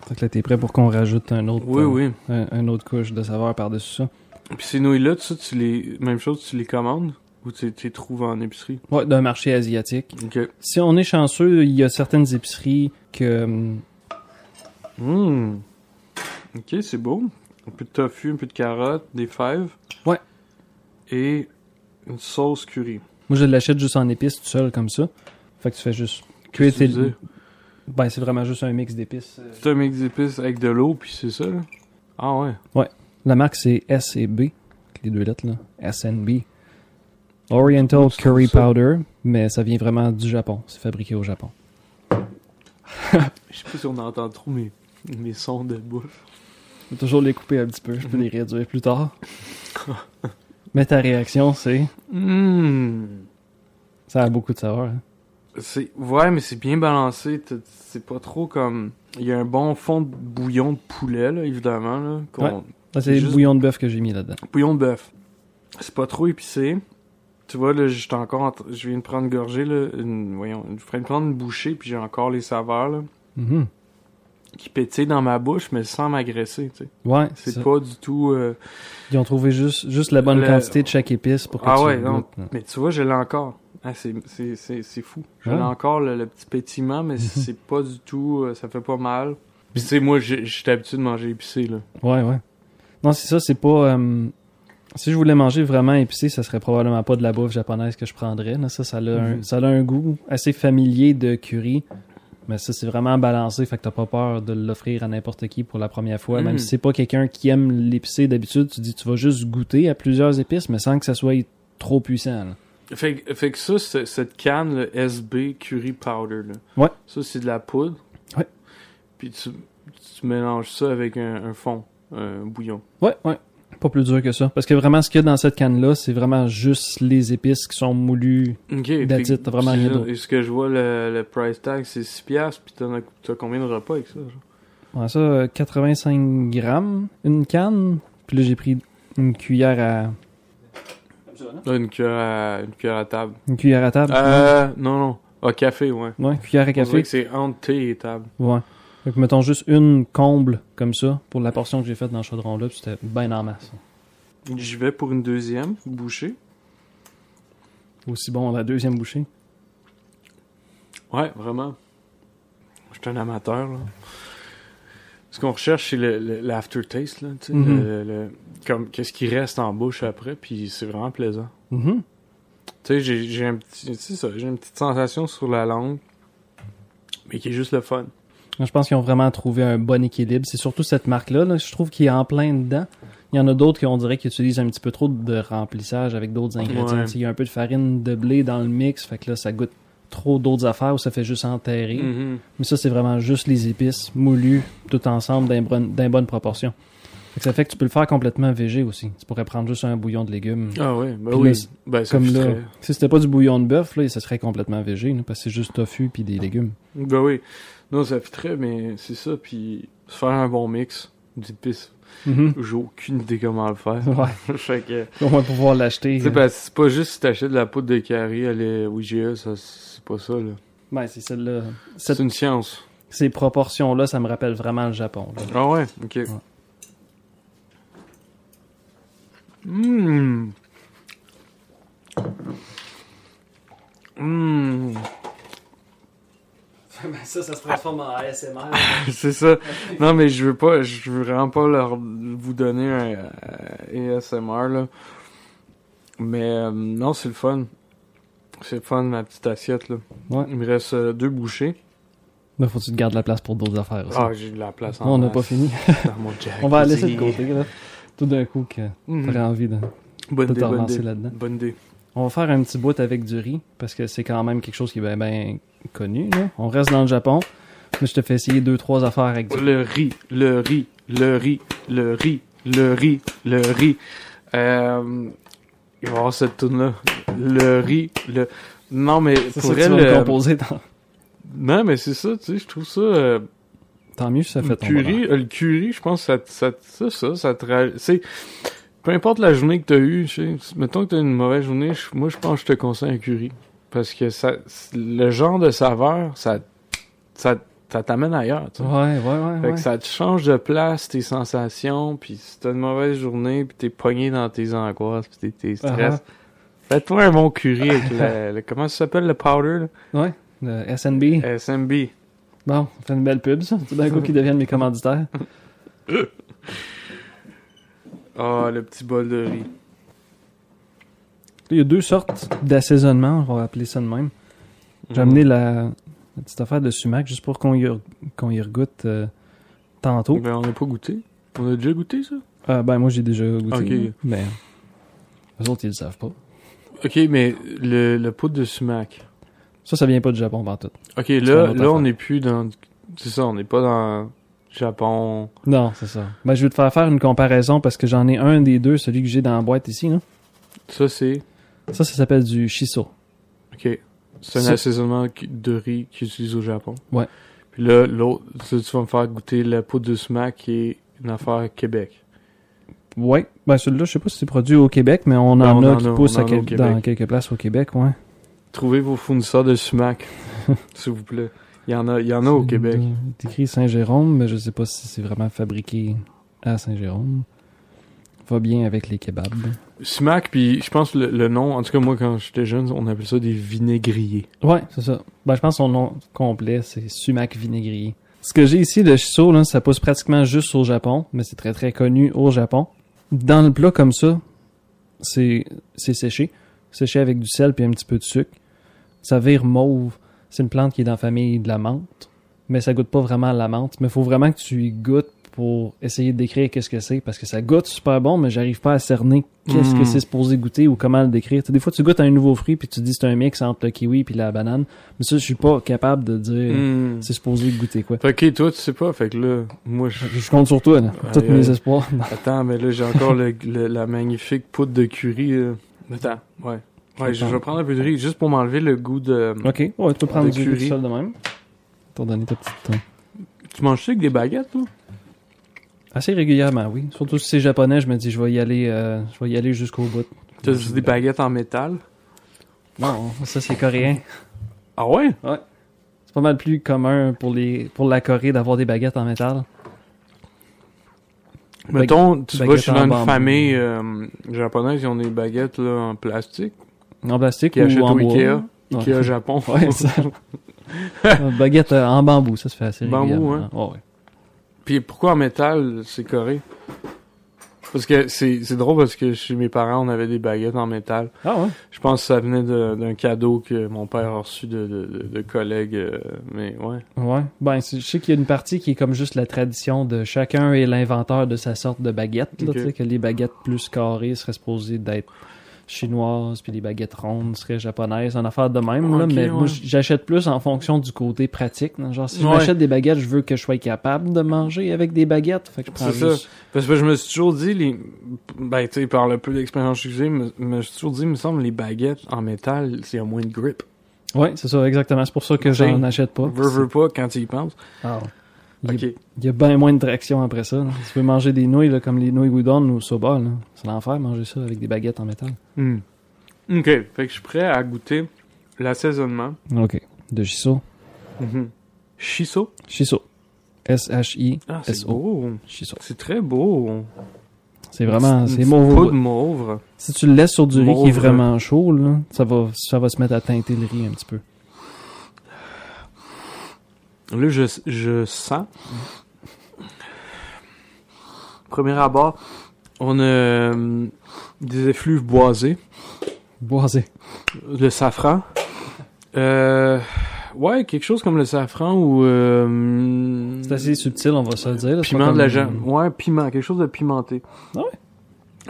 A: Fait que là, t'es prêt pour qu'on rajoute un autre,
B: Oui,
A: euh,
B: oui.
A: Un, un autre couche de saveur par-dessus ça.
B: Puis ces nouilles-là, tu sais, tu les. Même chose, tu les commandes ou tu tu les trouves en épicerie.
A: Ouais, d'un marché asiatique.
B: Ok.
A: Si on est chanceux, il y a certaines épiceries que... hum,
B: Hum. Ok, c'est beau. Un peu de tofu, un peu de carottes, des fèves.
A: Ouais.
B: Et une sauce curry.
A: Moi, je l'achète juste en épices, tout seul, comme ça. Fait que tu fais juste... Cuire
B: Qu'est-ce que
A: tes...
B: tu veux dire?
A: Ben, c'est vraiment juste un mix d'épices. euh,
B: C'est un mix d'épices avec de l'eau, puis c'est ça, là. Ah ouais.
A: La marque, c'est S et B. Les deux lettres, là. SNB. Oriental
B: c'est
A: Curry
B: ça.
A: Powder. Mais ça vient vraiment du Japon. C'est fabriqué au Japon.
B: Je sais pas si on entend trop mes, mes sons de bouffe.
A: Je vais toujours les couper un petit peu. Je peux les réduire plus tard. mais ta réaction, c'est...
B: Hum.
A: Ça a beaucoup de saveur. hein.
B: C'est... Ouais, mais c'est bien balancé. T'as- C'est pas trop comme... Il y a un bon fond de bouillon de poulet, là, évidemment, là. qu'on-
A: Ça, c'est
B: C'est
A: le
B: juste-
A: bouillon de bœuf que j'ai mis là-dedans.
B: Bouillon de bœuf. C'est pas trop épicé. Tu vois, là, j'étais encore... en tr- Je viens de prendre une gorgée, là. Une... Voyons. Je viens de prendre une bouchée, puis j'ai encore les saveurs, là,
A: Mhm.
B: qui pétillent dans ma bouche, mais sans m'agresser, tu sais.
A: Ouais, c'est
B: C'est pas du tout... euh,
A: Ils ont trouvé juste, juste la bonne
B: Le-
A: quantité de chaque épice pour que
B: Ah
A: tu
B: ouais,
A: le
B: non.
A: goûtes. hein.
B: Mais tu vois, je l'ai encore. Ah, c'est, c'est, c'est, c'est fou. Je l'ai
A: Ouais. Mhm.
B: encore le, le petit pétillement, mais c'est pas du tout. euh, ça fait pas mal. Puis tu sais, moi, j'ai- j'étais habitué de manger épicé, là.
A: Ouais, ouais. Non, c'est ça, c'est pas... euh, si je voulais manger vraiment épicé, ça serait probablement pas de la bouffe japonaise que je prendrais. là. Ça, ça a, un,
B: Mhm.
A: ça a un goût assez familier de curry, Mais ça, c'est vraiment balancé, fait que t'as pas peur de l'offrir à n'importe qui pour la première fois. Même si c'est pas quelqu'un qui aime l'épicé d'habitude, tu dis tu vas juste goûter à plusieurs épices, mais sans que ça soit trop puissant. là.
B: Fait, que- fait que ça, c'est- cette canne, le SB Curry Powder, là.
A: Ouais.
B: Ça, c'est de la poudre.
A: Ouais.
B: Puis tu, tu mélanges ça avec un, un fond, un bouillon.
A: Ouais, ouais. Pas plus dur que ça. Parce que vraiment, ce qu'il y a dans cette canne-là, c'est vraiment juste les épices qui sont moulues.
B: Ok.
A: That's
B: puis
A: it, t'as vraiment rien
B: tu-
A: d'autre.
B: Et ce que je vois, le, le price tag, c'est 6$, piastres, puis t'en as, t'as combien de repas avec ça? genre?
A: Ouais, ça, euh, 85 grammes, une canne. Puis là, j'ai pris une cuillère à...
B: Ah, Une cuillère à, une cuillère à table.
A: Une cuillère à table.
B: Euh, non, non. Ah, café, ouais.
A: Ouais, cuillère à
B: On dirait
A: café.
B: que c'est entre thé et table.
A: Ouais. Donc, mettons juste une comble, comme ça, pour la portion que j'ai faite dans le chaudron-là, puis c'était bien en masse.
B: J'y vais pour une deuxième bouchée.
A: Aussi bon, la deuxième bouchée.
B: Ouais, vraiment. Je suis un amateur, là. Ce qu'on recherche, c'est le- le- l'aftertaste, là, tu sais,
A: Mhm.
B: le- le- comme qu'est-ce qui reste en bouche après, puis c'est vraiment plaisant. Mm-hmm.
A: Mhm.
B: Tu sais, j'ai- j'ai un petit- c'est ça, j'ai une petite sensation sur la langue, mais qui est juste le fun.
A: Je pense qu'ils ont vraiment trouvé un bon équilibre. C'est surtout cette marque-là, là, je trouve qu'il est en plein dedans. Il y en a d'autres qu'on dirait qu'ils utilisent un petit peu trop de remplissage avec d'autres ingrédients.
B: Ouais.
A: Tu sais, Il y a un peu de farine de blé dans le mix, fait que là, ça goûte trop d'autres affaires ou ça fait juste enterrer.
B: Mhm.
A: Mais ça, c'est vraiment juste les épices moulues, tout ensemble, d'un bonne, d'un bonne proportion. Fait que ça fait que tu peux le faire complètement végé aussi. Tu pourrais prendre juste un bouillon de légumes.
B: Ah ouais, ben
A: Puis
B: oui.
A: là,
B: ben, ça
A: Comme là,
B: fitterait.
A: si c'était pas du bouillon de bœuf, là, ça serait complètement végé, là, parce que c'est juste tofu puis des légumes.
B: Ben oui. Non, ça fitterait, mais c'est ça, puis se faire un bon mix d'épices. J'ai aucune idée comment le faire.
A: Ouais,
B: fait que...
A: on va pouvoir l'acheter. euh,
B: Tu sais, parce que c'est pas juste si t'achètes de la poudre de carré à l'E- au IGA, ça, c'est pas ça, là.
A: Ouais, c'est celle-là.
B: C'est
A: Cette-
B: une science.
A: Ces proportions-là, ça me rappelle vraiment le Japon. là.
B: Ah ouais? Ok. Mmm. Mmm.
A: ça, ça se transforme en ASMR.
B: C'est ça. Non, mais je veux pas, je veux vraiment pas leur, vous donner un euh, ASMR, là. Mais euh, non, c'est le fun. C'est le fun, ma petite assiette, là.
A: Ouais.
B: Il me reste euh, deux bouchées.
A: Mais faut que tu te gardes la place pour d'autres affaires aussi.
B: Ah, j'ai de la place en
A: Non, on n'a
B: masse
A: pas fini.
B: dans mon
A: On va la
B: jacuzzi.
A: laisser de côté, là. Tout d'un coup, que
B: Mhm.
A: t'aurais envie de,
B: Bonne
A: de
B: idée,
A: te
B: bonne
A: relancer
B: idée.
A: là-dedans.
B: Bonne idée.
A: On va faire un petit bout avec du riz, parce que c'est quand même quelque chose qui est bien connu. là. On reste dans le Japon, mais je te fais essayer deux, trois affaires avec du riz.
B: Le riz, le riz, le riz, le riz, le riz, le riz. Euh, il va y avoir cette tune là Le riz, le... Non, mais
A: C'est ça
B: pour
A: que tu
B: elle...
A: vas me
B: euh,
A: composer. Tant,
B: Non, mais c'est ça, tu sais, je trouve ça... euh,
A: tant mieux si ça fait
B: le
A: ton
B: curry,
A: bonheur.
B: euh, le curry, je pense que ça, te- ça, te- ça, ça, ça te ra- c'est- peu importe la journée que t'as eue, tu sais, mettons que t'as une mauvaise journée, je- moi je pense que je te conseille un curry. Parce que ça, c'est- le genre de saveur, ça, ça, ça t'amène ailleurs, tu sais.
A: Ouais, ouais,
B: Fait
A: ouais.
B: que
A: ouais.
B: ça te change de place, tes sensations, puis si t'as une mauvaise journée, puis t'es pogné dans tes angoisses, puis tes, tes stress,
A: Ah
B: fais-toi un bon curry avec le, le- comment ça s'appelle, le powder,
A: Le SNB.
B: là? SMB.
A: Bon, on fait une belle pub, ça. Tout d'un coup, qu'ils deviennent mes commanditaires.
B: Ah, le petit bol de riz.
A: Il y a deux sortes d'assaisonnement, on va appeler ça de même. J'ai amené la, la petite affaire de sumac juste pour qu'on y, re- qu'on y regoute euh, tantôt.
B: Ben, on n'a pas goûté. On a déjà goûté, ça?
A: Euh, ben, moi, j'ai déjà goûté.
B: Ok.
A: Mais eux autres, ils le savent pas.
B: Ok, mais le, le poudre de sumac.
A: Ça, ça vient pas du Japon, partout.
B: Ok,
A: une
B: là,
A: autre
B: là on
A: affaire.
B: n'est plus dans. C'est ça, on n'est pas dans Japon.
A: Non, c'est ça. Ben, je vais te faire faire une comparaison parce que j'en ai un des deux, celui que j'ai dans la boîte ici. Là.
B: Ça, c'est.
A: Ça, ça s'appelle du shiso.
B: Ok. C'est un
A: Ça-
B: assaisonnement qui- de riz qu'ils utilisent au Japon.
A: Ouais.
B: Puis là, l'autre, ça, tu vas me faire goûter la poudre de sumac qui est une affaire Québec.
A: Ouais. Ben, celui-là, je sais pas si c'est produit au Québec, mais on
B: Ben,
A: en
B: on
A: a
B: en
A: qui
B: a-
A: poussent
B: on
A: à
B: en a
A: quel-
B: au Québec.
A: dans quelques places au Québec, ouais.
B: Trouvez vos fournisseurs de sumac, s'il vous plaît. Il y en a, il y en a au Québec.
A: C'est écrit Saint-Jérôme, mais je sais pas si c'est vraiment fabriqué à Saint-Jérôme. Va bien avec les kebabs.
B: Sumac, puis je pense le, le nom, en tout cas moi quand j'étais jeune, on appelait ça des vinaigriers.
A: Ouais, c'est ça. Ben, je pense que son nom complet, c'est sumac vinaigrier. Ce que j'ai ici, le shiso, là, ça pousse pratiquement juste au Japon, mais c'est très très connu au Japon. Dans le plat comme ça, c'est c'est séché. Séché avec du sel puis un petit peu de sucre. Ça vire mauve. C'est une plante qui est dans la famille de la menthe. mais ça goûte pas vraiment à la menthe. Mais faut vraiment que tu y goûtes pour essayer de décrire qu'est-ce que c'est, parce que ça goûte super bon, mais j'arrive pas à cerner qu'est-ce que
B: Mm.
A: c'est supposé goûter ou comment le décrire. Tu sais, des fois, tu goûtes à un nouveau fruit, puis tu dis c'est un mix entre le kiwi puis la banane, mais ça, je suis pas capable de dire
B: Hmm.
A: c'est supposé goûter quoi.
B: Fait que toi, tu sais pas, fait que là, moi, je...
A: Je compte sur toi, là.
B: Aïe,
A: Tous mes
B: aïe.
A: espoirs.
B: Attends, mais là, j'ai encore le- le- la magnifique poudre de curry. euh. Attends, ouais. Ouais, je, je vais prendre un peu de riz juste pour m'enlever le goût de... euh,
A: ok, ouais, tu peux prendre
B: De
A: du riz
B: curry.
A: seul de même. T'as donné ta petite. euh,
B: Tu manges-tu avec des baguettes, toi?
A: Assez régulièrement, oui. Surtout si c'est japonais, je me dis je vais y aller, euh, je vais y aller jusqu'au bout.
B: T'as des baguettes en métal?
A: Non, ça c'est coréen.
B: Ah ouais?
A: C'est pas mal plus commun pour les pour la Corée d'avoir des baguettes en métal.
B: Mettons, tu vas
A: baguettes
B: chez
A: en
B: une
A: bambou.
B: famille euh, japonaise, ils ont des baguettes là, en plastique
A: En plastique
B: qu'ils achètent
A: ou en
B: au
A: bois.
B: Ikea.
A: Ouais.
B: Ikea Japon.
A: Ouais, ça. Une baguette euh, en bambou, ça se fait assez
B: Bambou,
A: régulièrement.
B: hein.
A: Ouais, ouais.
B: Puis pourquoi en métal, c'est coré? Parce que c'est c'est drôle parce que chez mes parents, on avait des baguettes en métal.
A: Ah ouais.
B: Je pense que ça venait de- d'un cadeau que mon père a reçu de, de, de- de collègues. euh, mais ouais.
A: Ouais. Ben, c'est- je sais qu'il y a une partie qui est comme juste la tradition de chacun est l'inventeur de sa sorte de baguette. Là,
B: Ok.
A: tu sais, que les baguettes plus carrées seraient supposées d'être chinoises, puis les baguettes rondes seraient japonaises, en affaire de même. là,
B: Ok,
A: mais moi,
B: ouais.
A: j- j'achète plus en fonction du côté pratique. là. Genre, si je
B: Ouais.
A: m'achète des baguettes, je veux que je sois capable de manger avec des baguettes. Fait que je prends
B: C'est ça.
A: juste...
B: Parce que je me suis toujours dit, les... ben, tu sais, par le peu d'expérience que j'ai, me, me suis toujours dit, il me semble, les baguettes en métal, c'est y a moins de grip.
A: Ouais, c'est ça, exactement. C'est pour ça que
B: Tu sais,
A: j'en achète pas.
B: Veux, veux pas quand tu y penses.
A: Ah, Il, y
B: Ok.
A: a, il y a bien moins de traction après ça. là. Tu peux manger des nouilles là, comme les nouilles udon ou soba. là. C'est l'enfer manger ça avec des baguettes en métal.
B: Hmm. Ok. Fait que je suis prêt à goûter l'assaisonnement.
A: OK. De shiso. Mm-hmm.
B: Mhm. Shiso.
A: Shiso. S-H-I.
B: Ah, c'est
A: S-O.
B: beau.
A: Shiso.
B: C'est très beau.
A: C'est vraiment...
B: Une
A: C'est
B: petite
A: mauvais.
B: Poudre mauve.
A: Si tu le laisses sur du riz qui est
B: Mauve.
A: vraiment chaud, là, ça, va, ça va se mettre à teinter le riz un petit peu.
B: Là, je, je sens. Premier abord, on a euh, des effluves boisés,
A: Boisé.
B: le safran. Euh, ouais, quelque chose comme le safran ou. Euh,
A: C'est assez subtil, on va se le dire. là. C'est pas
B: Piment de la
A: comme-
B: jambe. Ouais, piment, quelque chose de pimenté.
A: Ah ouais?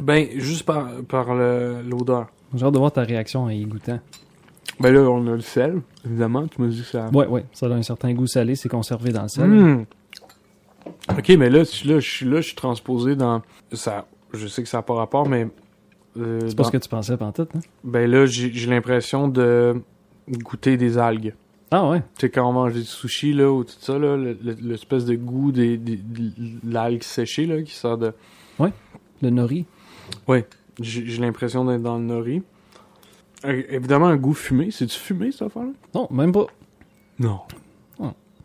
B: Ben, juste par, par le- l'odeur.
A: J'ai hâte de voir ta réaction en y goûtant.
B: Ben là, on a le sel, évidemment, tu m'as dit que ça.
A: Ouais, ouais. Ça a un certain goût salé, c'est conservé dans le sel.
B: Hmm. Ok, mais là, je suis là, je suis là, je suis transposé dans. Ça, je sais que ça n'a pas rapport, mais. euh,
A: C'est pas
B: dans-
A: ce que tu pensais, pantoute, hein?
B: Ben là, j'ai j'ai l'impression de goûter des algues.
A: Ah ouais.
B: Tu sais, quand on mange des sushis, là, ou tout ça, là, le- le- l'espèce de goût des, des- de l'algue séchée, là, qui sort de.
A: Le nori.
B: J'ai j'ai l'impression d'être dans le nori. Euh, évidemment, un goût fumé. C'est-tu fumé, cette affaire-là?
A: Non, même pas.
B: Non.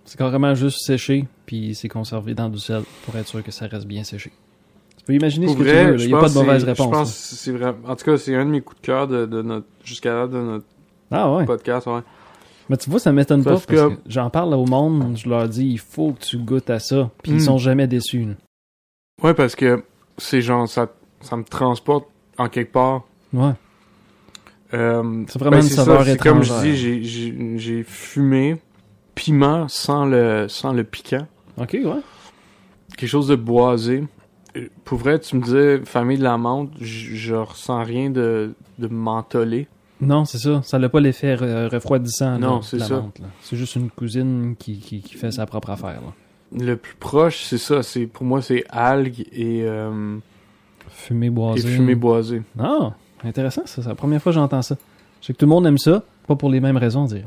A: C'est carrément juste séché, puis c'est conservé dans du sel pour être sûr que ça reste bien séché. Tu peux imaginer
B: Pour
A: ce que
B: vrai,
A: tu veux,
B: je
A: il n'y a pas
B: pense
A: de mauvaise
B: que c'est-
A: réponse.
B: Je pense que c'est vrai. En tout cas, c'est un de mes coups de cœur de, de notre. Jusqu'à là, de notre
A: là. Ah ouais.
B: podcast, ouais.
A: Mais tu vois, ça m'étonne pas parce
B: Parce
A: que,
B: que-
A: j'en parle au monde, je leur dis il faut que tu goûtes à ça, puis ils
B: Hmm.
A: sont jamais déçus. là.
B: Ouais, parce que c'est genre, ça, ça me transporte en quelque part.
A: Ouais.
B: Euh,
A: C'est vraiment une
B: c'est ça,
A: saveur
B: c'est Comme je
A: étrangère.
B: dis, j'ai- j'ai- j'ai fumé piment sans le, sans le piquant.
A: Ok, ouais.
B: Quelque chose de boisé. Euh, Pour vrai, tu me disais, famille de la menthe, j- je ressens rien de, de mentholé.
A: Non, c'est ça. Ça n'a pas l'effet euh, refroidissant. là,
B: Non,
A: de
B: c'est
A: la
B: ça.
A: menthe, là. C'est juste une cousine qui, qui, qui fait sa propre affaire. Là.
B: Le plus proche, c'est ça. c'est Pour moi, c'est algues et, euh,
A: Fumée
B: et
A: boisée.
B: fumée boisée.
A: Ah, intéressant ça. C'est la première fois que j'entends ça. Je sais que tout le monde aime ça, pas pour les mêmes raisons, dire.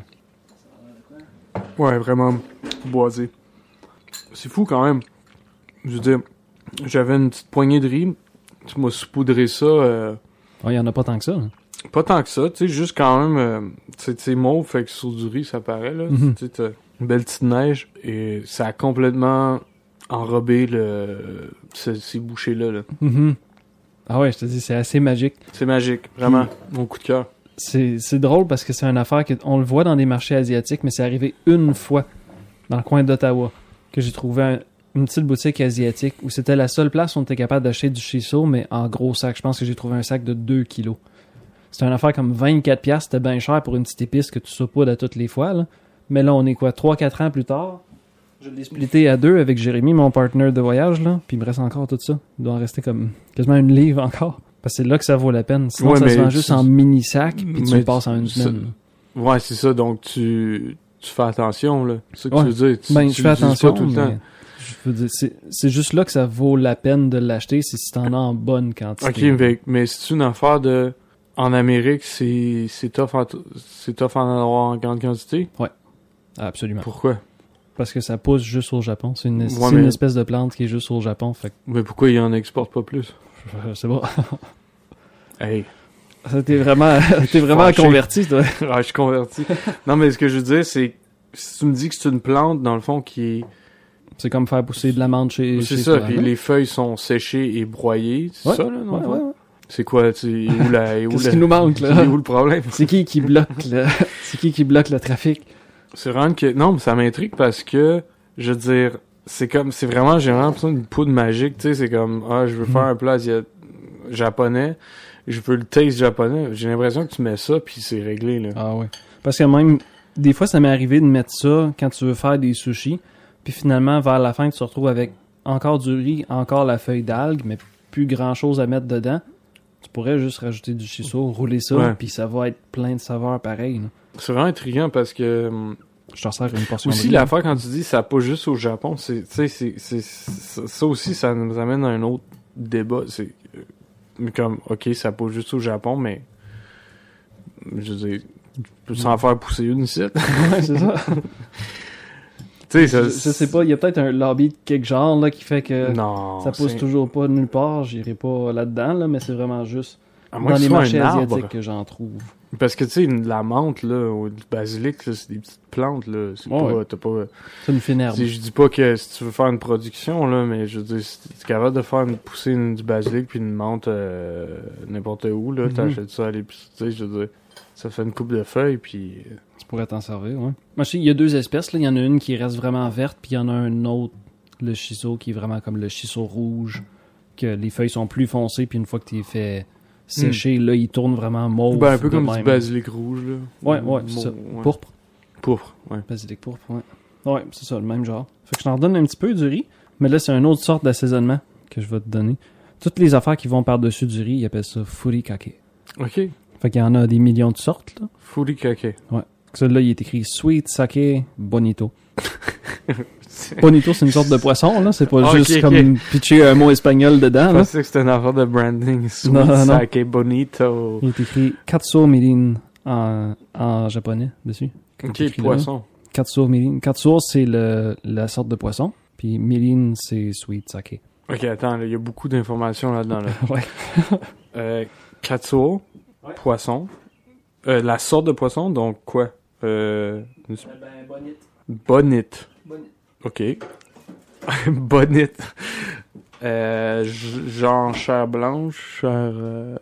B: Ouais, vraiment boisé. C'est fou quand même. Je veux dire, j'avais une petite poignée de riz. Tu m'as saupoudré ça. euh,
A: Il n'y en a pas tant que ça. là.
B: pas tant que ça, tu sais, juste quand même. euh, c'est- c'est mauve, fait que sur du riz, ça paraît, là.
A: Mhm.
B: Tu sais, t'as une belle petite neige. Et ça a complètement enrobé le, ce- ces bouchées-là. Là.
A: Mhm. Ah ouais, je te dis, c'est assez magique.
B: C'est magique, vraiment. Mon coup de cœur.
A: C'est c'est drôle parce que c'est une affaire que on le voit dans des marchés asiatiques, mais c'est arrivé une fois dans le coin d'Ottawa que j'ai trouvé un- une petite boutique asiatique où c'était la seule place où on était capable d'acheter du shiso, mais en gros sac. Je pense que j'ai trouvé un sac de 2 kilos. C'était une affaire comme 24 piastres, c'était bien cher pour une petite épice que tu saupoudres à toutes les fois. là. Mais là, on est quoi, 3-4 ans plus tard, Je l'ai splitté à deux avec Jérémy, mon partenaire de voyage, là. Puis il me reste encore tout ça. Il doit en rester comme quasiment une livre encore. Parce que c'est là que ça vaut la peine. Sinon,
B: Ouais,
A: ça se
B: mais
A: vend
B: tu-
A: juste en mini-sac, puis tu
B: mais
A: le passes en une
B: ça-
A: semaine.
B: Ouais, c'est ça. Donc, tu, tu fais attention, là. C'est ça que
A: Ouais.
B: tu veux dire. Tu,
A: Ben,
B: tu
A: je fais
B: l'utilises
A: attention,
B: pas tout le temps.
A: mais je veux dire, c'est- c'est juste là que ça vaut la peine de l'acheter, c'est si t'en as en bonne quantité.
B: Ok, mais, mais c'est une affaire de. En Amérique, c'est c'est tough, en t- c'est tough en avoir en grande quantité.
A: Absolument.
B: Pourquoi
A: Parce que ça pousse juste au Japon. C'est une,
B: Ouais,
A: c'est une
B: mais-
A: espèce de plante qui est juste au Japon, fait que
B: Mais pourquoi ils en exportent pas plus
A: je- je sais pas.
B: Hey,
A: Ça, T'es vraiment, t'es vraiment
B: Fâché.
A: converti, toi.
B: ah, je suis converti. non, mais ce que je veux dire, c'est si tu me dis que c'est une plante dans le fond qui est
A: C'est comme faire pousser de l'amande chez,
B: c'est
A: chez
B: ça,
A: toi,
B: puis
A: hein?
B: les feuilles sont séchées et broyées, c'est
A: Ouais,
B: ça là, non
A: Ouais, ouais, ouais.
B: C'est quoi tu, où la et où
A: Qu'est-ce
B: la-
A: qui nous manque,
B: il est
A: là?
B: où le problème
A: C'est qui qui bloque le, c'est qui qui bloque le trafic?
B: C'est vraiment que non, mais ça m'intrigue parce que je veux dire, c'est comme c'est vraiment j'ai vraiment l'impression d'une poudre magique, tu sais, c'est comme ah, je veux
A: Mhm.
B: faire un plat asiat- japonais, je veux le taste japonais, j'ai l'impression que tu mets ça puis c'est réglé là.
A: Ah oui. Parce que même, des fois, ça m'est arrivé de mettre ça quand tu veux faire des sushis. Puis finalement, vers la fin, tu te retrouves avec encore du riz, encore la feuille d'algue, mais plus grand chose à mettre dedans. Tu pourrais juste rajouter du shiso, rouler ça,
B: Ouais.
A: puis ça va être plein de saveurs pareilles. là.
B: C'est vraiment intriguant parce que hum,
A: Je t'en sers une portion.
B: aussi
A: de riz.
B: l'affaire quand tu dis ça pas juste au Japon, c'est tu sais c'est c'est- ça ça aussi ça nous amène à un autre débat, c'est euh, mais comme OK, ça pas juste au Japon mais je veux dire tu peux s'en
A: Hmm.
B: faire pousser une ici. tu
A: Ouais, c'est ça.
B: sais
A: je,
B: ça-
A: je sais pas, il y a peut-être un lobby de quelque genre là, qui fait que
B: non,
A: ça pousse
B: c'est-
A: toujours pas nulle part. J'irai pas là-dedans, là, mais c'est vraiment juste
B: À moins
A: dans
B: que
A: les
B: ce soit
A: marchés
B: un arbre.
A: asiatiques que j'en trouve.
B: Parce que, tu sais, une- la menthe, là, ou du basilic, là, c'est des petites plantes, là. C'est
A: Ouais,
B: pas,
A: ouais.
B: t'as pas...
A: C'est une fine herbe.
B: Tu sais, je dis pas que si tu veux faire une production, là, mais je veux dire, si t'es capable de faire une, pousser une- du basilic puis une menthe euh, n'importe où, là,
A: Mhm.
B: t'achètes ça à l'épicerie, tu sais, je veux dire, ça fait une coupe de feuilles, puis... euh,
A: Tu pourrais t'en servir, ouais. Moi, je sais, il y a deux espèces, là. Il y en a une qui reste vraiment verte, puis il y en a un autre, le shiso, qui est vraiment comme le shiso rouge, que les feuilles sont plus foncées, puis une fois que tu les fais sécher, là, ils tournent vraiment mauve.
B: Hmm. ben, un peu
A: Oh, de
B: comme
A: même.
B: du basilic rouge, là.
A: Ouais, ouais, c'est
B: Bon,
A: ça.
B: ouais.
A: Pourpre,
B: Pourpre, ouais.
A: basilic pourpre, ouais. Ouais, c'est ça, le même genre. Fait que je t'en redonne un petit peu du riz, mais là, c'est une autre sorte d'assaisonnement que je vais te donner. Toutes les affaires qui vont par-dessus du riz, ils appellent ça furikake.
B: OK.
A: Fait qu'il y en a des millions de sortes, là.
B: Furikake.
A: Celui-là, il est écrit Sweet Sake Bonito. Bonito, c'est une sorte de poisson, là. C'est pas
B: Ah, Ok,
A: juste
B: ok.
A: comme pitcher un mot espagnol dedans,
B: Je
A: là.
B: pensais que c'était une affaire de branding. Sweet
A: Ah, Non, Mm. non.
B: sake bonito.
A: Il est écrit Katsu Mirin en, en japonais dessus.
B: OK,
A: écrit là.
B: poisson.
A: Katsu Mirin. Katsu, c'est le, la sorte de poisson. Puis Mirin, c'est Sweet Sake.
B: Ok, attends, là, il y a beaucoup d'informations là-dedans. Là.
A: Ouais.
B: Euh, katsuo, poisson. Euh, la sorte de poisson, donc quoi euh, une sp- Bonite. Ok. bonite. Euh, j- genre chair blanche, chair. euh,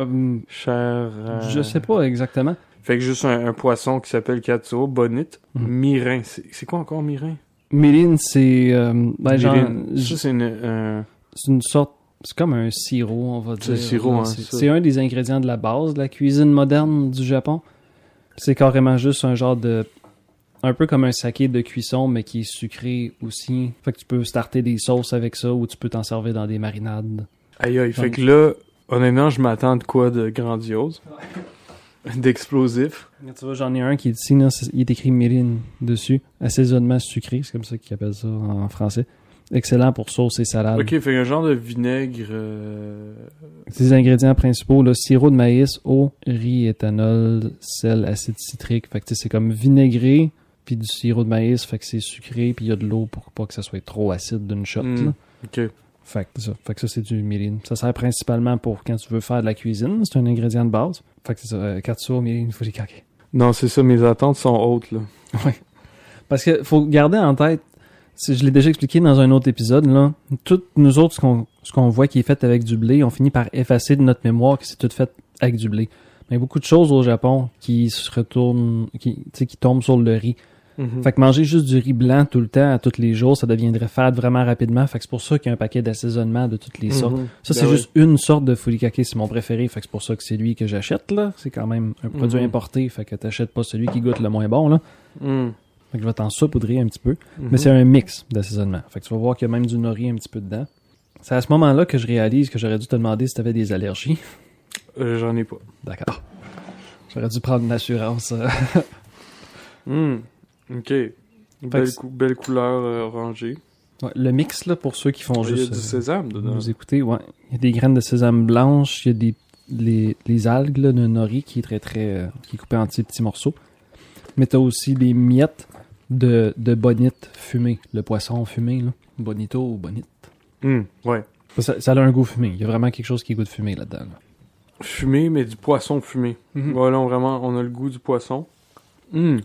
A: Hum,
B: chair euh,
A: Je sais pas exactement.
B: Fait que juste un, un poisson qui s'appelle katsuo, bonite.
A: Mhm.
B: Mirin. C'est c'est quoi encore mirin
A: Mirin, c'est. euh, ben, genre,
B: Mirin.
A: j-
B: Ça, c'est une. euh,
A: c'est une sorte. C'est comme un sirop, on va dire.
B: C'est un sirop,
A: là.
B: hein,
A: C'est-
B: ça.
A: C'est un des ingrédients de la base de la cuisine moderne du Japon. C'est carrément juste un genre de. Un peu comme un saké de cuisson, mais qui est sucré aussi. Fait que tu peux starter des sauces avec ça ou tu peux t'en servir dans des marinades.
B: Aïe aïe, fait
A: Donc-
B: que là, honnêtement, je m'attends de quoi de grandiose, d'explosif.
A: Tu vois, j'en ai un qui est ici, là, c'est- il est écrit mirin dessus. Assaisonnement sucré, c'est comme ça qu'ils appellent ça en français. Excellent pour sauce et salade.
B: Ok, fait un genre de vinaigre. euh,
A: Ces ingrédients principaux, le sirop de maïs, eau, riz, éthanol, sel, acide citrique. Fait que tu sais, c'est comme vinaigré, puis du sirop de maïs, fait que c'est sucré, puis il y a de l'eau pour pas que ça soit trop acide d'une shot.
B: Mm.
A: là.
B: Ok.
A: Fait que c'est ça. Fait que ça, c'est du mirin. Ça sert principalement pour quand tu veux faire de la cuisine. C'est un ingrédient de base. Fait que c'est ça. Euh, katsuo, mirin, furikake.
B: Non, c'est ça, mes attentes sont hautes là.
A: Parce que faut garder en tête, c'est- je l'ai déjà expliqué dans un autre épisode, là. Toutes nous autres, ce qu'on, ce qu'on voit qui est fait avec du blé, on finit par effacer de notre mémoire que c'est tout fait avec du blé. Mais beaucoup de choses au Japon qui se retournent, qui, tu sais, qui tombent sur le riz. Mm-hmm. Fait que manger juste du riz blanc tout le temps, à tous les jours, ça deviendrait fade vraiment rapidement. Fait que c'est pour ça qu'il y a un paquet d'assaisonnements de
B: Mhm.
A: toutes les sortes.
B: Mm-hmm.
A: Ça,
B: Ben
A: c'est juste une sorte de furikake, c'est mon préféré. Fait que c'est pour ça que c'est lui que j'achète, là. C'est quand même un produit
B: Mhm. Mm-hmm.
A: importé. Fait que t'achètes pas celui qui goûte le moins bon, là. Fait que je vais t'en saupoudrer un petit peu. Mais c'est un mix d'assaisonnement. Fait que tu vas voir qu'il y a même du nori un petit peu dedans. C'est à ce moment-là que je réalise que j'aurais dû te demander si t'avais des allergies.
B: Euh, J'en ai pas.
A: D'accord. J'aurais dû prendre une assurance. euh.
B: Hmm. Ok. Belle,
A: c'est-
B: cou- belle couleur euh, orangée.
A: Ouais, le mix, là, pour ceux qui font
B: Ah, Il y a
A: juste
B: du
A: euh,
B: sésame dedans.
A: nous écouter, ouais. Il y a des graines de sésame blanche, il y a des les, les algues là, de nori qui est très très euh, qui est coupé en petits, petits morceaux. Mais t'as aussi des miettes de, de bonite fumée, le poisson fumé, là. Bonito ou bonite.
B: Hmm, Ouais.
A: Ça, ça a un goût fumé. Il y a vraiment quelque chose qui goûte fumé là-dedans. là.
B: Fumé, mais du poisson fumé.
A: Mm.
B: Voilà, on, vraiment, on a le goût du poisson. Hmm.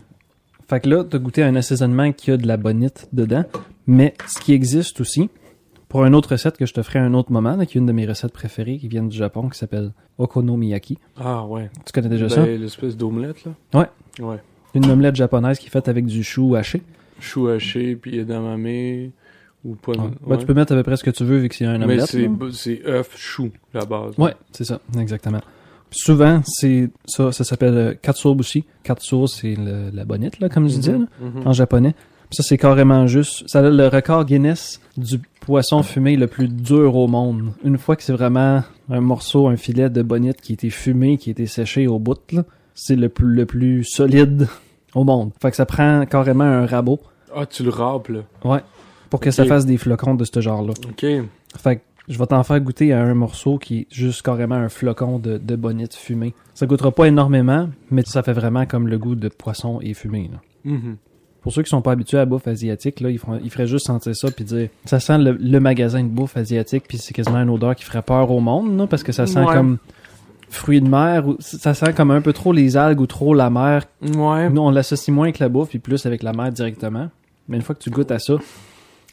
A: Fait que là, t'as goûté à un assaisonnement qui a de la bonite dedans. Mais ce qui existe aussi, pour une autre recette que je te ferai à un autre moment, là, qui est une de mes recettes préférées qui vient du Japon, qui s'appelle Okonomiyaki.
B: Ah ouais.
A: Tu connais déjà
B: Ben,
A: ça?
B: L'espèce d'omelette, là.
A: Ouais.
B: Ouais.
A: Une omelette japonaise qui est faite avec du chou
B: Euh,
A: haché.
B: Chou haché, puis edamame, ou pas.
A: Ouais.
B: Ouais.
A: Ben, tu peux mettre à peu près ce que tu veux vu que c'est un
B: mais
A: omelette.
B: c'est
A: là.
B: c'est œuf, chou, la base.
A: Ouais, c'est ça, exactement. Puis souvent, c'est ça, ça s'appelle euh, katsuobushi. Katsuo, c'est le- la bonite, là, comme je disais, là,
B: Mhm.
A: en japonais. Puis ça, c'est carrément juste. Ça a le record Guinness du poisson fumé le plus dur au monde. Une fois que c'est vraiment un morceau, un filet de bonite qui a été fumé, qui a été séché au bout, là, c'est le plus, le plus solide au monde. Fait que ça prend carrément un rabot
B: Ah, tu le râpes, là.
A: pour que ça
B: Ok.
A: fasse des flocons de ce genre-là.
B: Ok.
A: Fait que je vais t'en faire goûter à un morceau qui est juste carrément un flocon de, de bonite fumée. Ça goûtera pas énormément, mais ça fait vraiment comme le goût de poisson et fumé. là.
B: Mhm.
A: Pour ceux qui sont pas habitués à la bouffe asiatique, là, ils, feront- ils feraient juste sentir ça puis dire ça sent le, le magasin de bouffe asiatique puis c'est quasiment une odeur qui ferait peur au monde là, parce que ça sent
B: Ouais.
A: comme fruits de mer ou ça sent comme un peu trop les algues ou trop la mer.
B: Ouais.
A: Nous on l'associe moins avec la bouffe puis plus avec la mer directement. Mais une fois que tu goûtes à ça,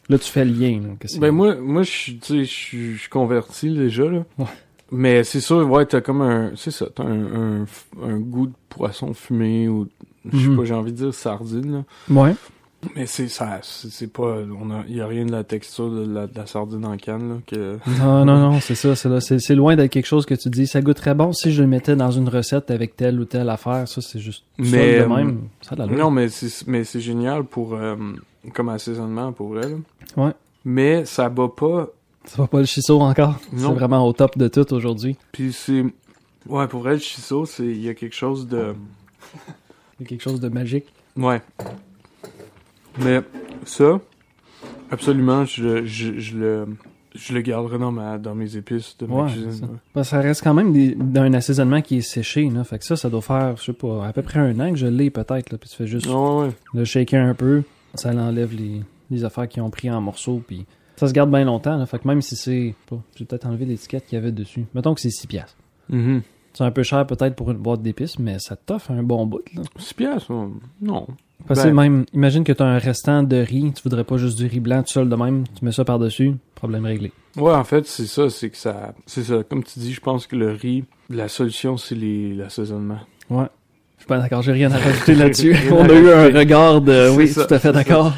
A: là tu fais le lien. là, que c'est-
B: Ben moi, moi je suis, tu sais, je suis- je suis converti déjà là.
A: Ouais.
B: Mais c'est sûr, ouais, t'as comme un, c'est ça, t'as un, un, f- un goût de poisson fumé ou je sais
A: Mhm.
B: pas, j'ai envie de dire sardine là.
A: ouais.
B: Mais c'est ça, c'est c'est pas, on a, y a rien de la texture de la, de la sardine en canne là que.
A: Non, non, non, c'est ça, c'est là. C'est, c'est loin d'être quelque chose que tu dis. Ça goûterait bon si je le mettais dans une recette avec telle ou telle affaire. Ça, c'est juste. tout seul
B: Mais,
A: de
B: euh,
A: même. Ça, a de la
B: Non, mais c'est, mais c'est génial pour euh, comme assaisonnement pour elle.
A: Ouais.
B: Mais ça bat pas
A: Ça va pas le chisso encore.
B: Non.
A: C'est vraiment au top de tout aujourd'hui.
B: Puis c'est. Ouais, pour vrai, le shiso, c'est. Il y a quelque chose de.
A: Il y a quelque chose de magique.
B: Ouais. Mais ça, absolument, je, le- je, je le. Je le garderai dans ma dans mes épices de ma
A: Ouais,
B: cuisine.
A: c'est ça.
B: ouais.
A: Parce que ça reste quand même des- d'un assaisonnement qui est séché, là. Fait que ça, ça doit faire, je sais pas, à peu près un an que je l'ai peut-être, là. Puis tu fais juste
B: Ouais, ouais.
A: le shaker un peu. Ça l'enlève les, les affaires qui ont pris en morceaux. Puis ça se garde bien longtemps, là. Fait que même si c'est. je sais pas, J'ai peut-être enlevé l'étiquette qu'il y avait dessus. Mettons que c'est 6 piastres.
B: Mhm.
A: C'est un peu cher peut-être pour une boîte d'épices, mais ça t'offre un bon bout. Là.
B: Six piastres, ouais. non.
A: Parce que
B: Ben.
A: même, imagine que tu as un restant de riz, tu voudrais pas juste du riz blanc tout seul de même, tu mets ça par-dessus, problème réglé.
B: Ouais, en fait, c'est ça, c'est que ça. C'est ça. Comme tu dis, je pense que le riz, la solution, c'est les l'assaisonnement.
A: Je suis pas d'accord, j'ai rien à rajouter là-dessus.
B: Rien
A: On
B: à
A: a eu un
B: rajouter.
A: regard de
B: C'est
A: oui,
B: ça,
A: tout à fait
B: c'est ça.
A: d'accord.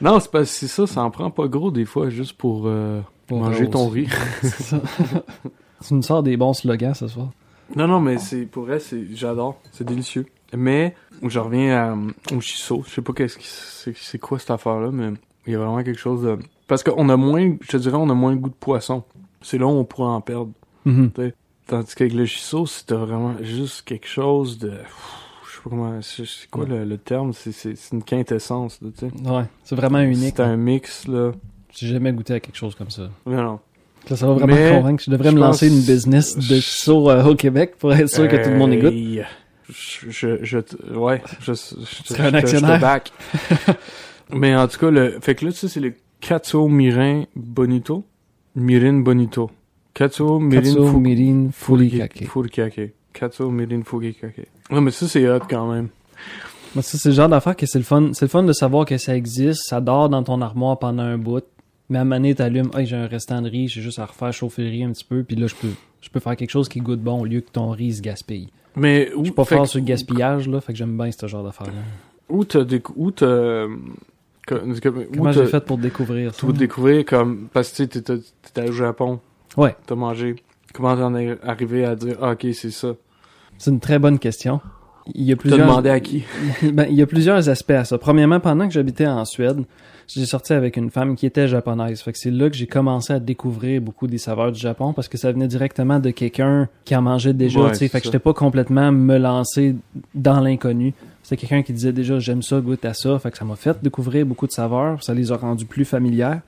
B: Non, c'est pas c'est ça, ça en prend pas gros des fois juste pour euh,
A: Pour
B: manger ton
A: rose.
B: riz.
A: ben, C'est ça. tu nous sors des bons slogans ce soir.
B: Non, non, mais c'est pour vrai, c'est j'adore, c'est délicieux. Mais je reviens à, au shiso, je sais pas qu'est-ce qui c'est c'est quoi cette affaire là, mais il y a vraiment quelque chose de parce qu'on a moins, je te dirais, on a moins le goût de poisson. C'est là où on pourrait en perdre.
A: Mhm.
B: Tandis qu'avec le shiso, c'était vraiment juste quelque chose de je sais pas comment c'est c'est quoi le, le terme, c'est c'est c'est une quintessence, là, tu sais.
A: Ouais, c'est vraiment unique. hein.
B: C'est un mix là.
A: J'ai jamais goûté à quelque chose comme ça.
B: Non non.
A: Là, ça va vraiment
B: Mais,
A: me convaincre. Je devrais
B: je
A: me lancer
B: pense-
A: une business de saut euh, au Québec pour être sûr que tout le monde écoute.
B: Hey, Je, je, je te- ouais, je, je, je,
A: serais un
B: je te- je te
A: actionnaire.
B: back. Mais en tout cas, le, fait que là, tu sais, c'est le Katsuo Mirin Bonito. Mirin Bonito. Katsuo Mirin
A: Katsu,
B: Fu-
A: mirin, furikake.
B: Furikake. Katsuo Mirin Furikake. Ouais, mais ça, c'est hot quand même.
A: Moi, ça, c'est le genre d'affaire que c'est le fun. C'est le fun de savoir que ça existe, ça dort dans ton armoire pendant un bout. Mais à manette, t'allumes, hey, j'ai un restant de riz, j'ai juste à refaire chauffer le riz un petit peu, puis là, je peux, je peux faire quelque chose qui goûte bon au lieu que ton riz se gaspille.
B: Mais où,
A: Je suis pas
B: fait
A: fort
B: que-
A: sur le gaspillage, là, fait que j'aime bien ce genre d'affaire-là.
B: où t'as, décou- où t'as, euh, que- que- où
A: Comment
B: t'as-
A: j'ai fait pour découvrir ça?
B: Tout découvrir comme. Parce que tu sais, t'étais t'étais allé au Japon.
A: Ouais.
B: T'as mangé. Comment t'en es arrivé à dire, ah, ok, c'est ça.
A: C'est une très bonne question. Il y a
B: T'as
A: plusieurs.
B: demandé à qui?
A: Ben, il y a plusieurs aspects à ça. Premièrement, pendant que j'habitais en Suède, j'ai sorti avec une femme qui était japonaise. Fait que c'est là que j'ai commencé à découvrir beaucoup des saveurs du Japon parce que ça venait directement de quelqu'un qui en mangeait déjà.
B: Ouais,
A: tu sais.
B: c'est
A: fait que
B: ça.
A: j'étais pas complètement me lancer dans l'inconnu. C'était quelqu'un qui disait déjà j'aime ça, goûte à ça. Fait que ça m'a fait découvrir beaucoup de saveurs. Ça les a rendues plus familières.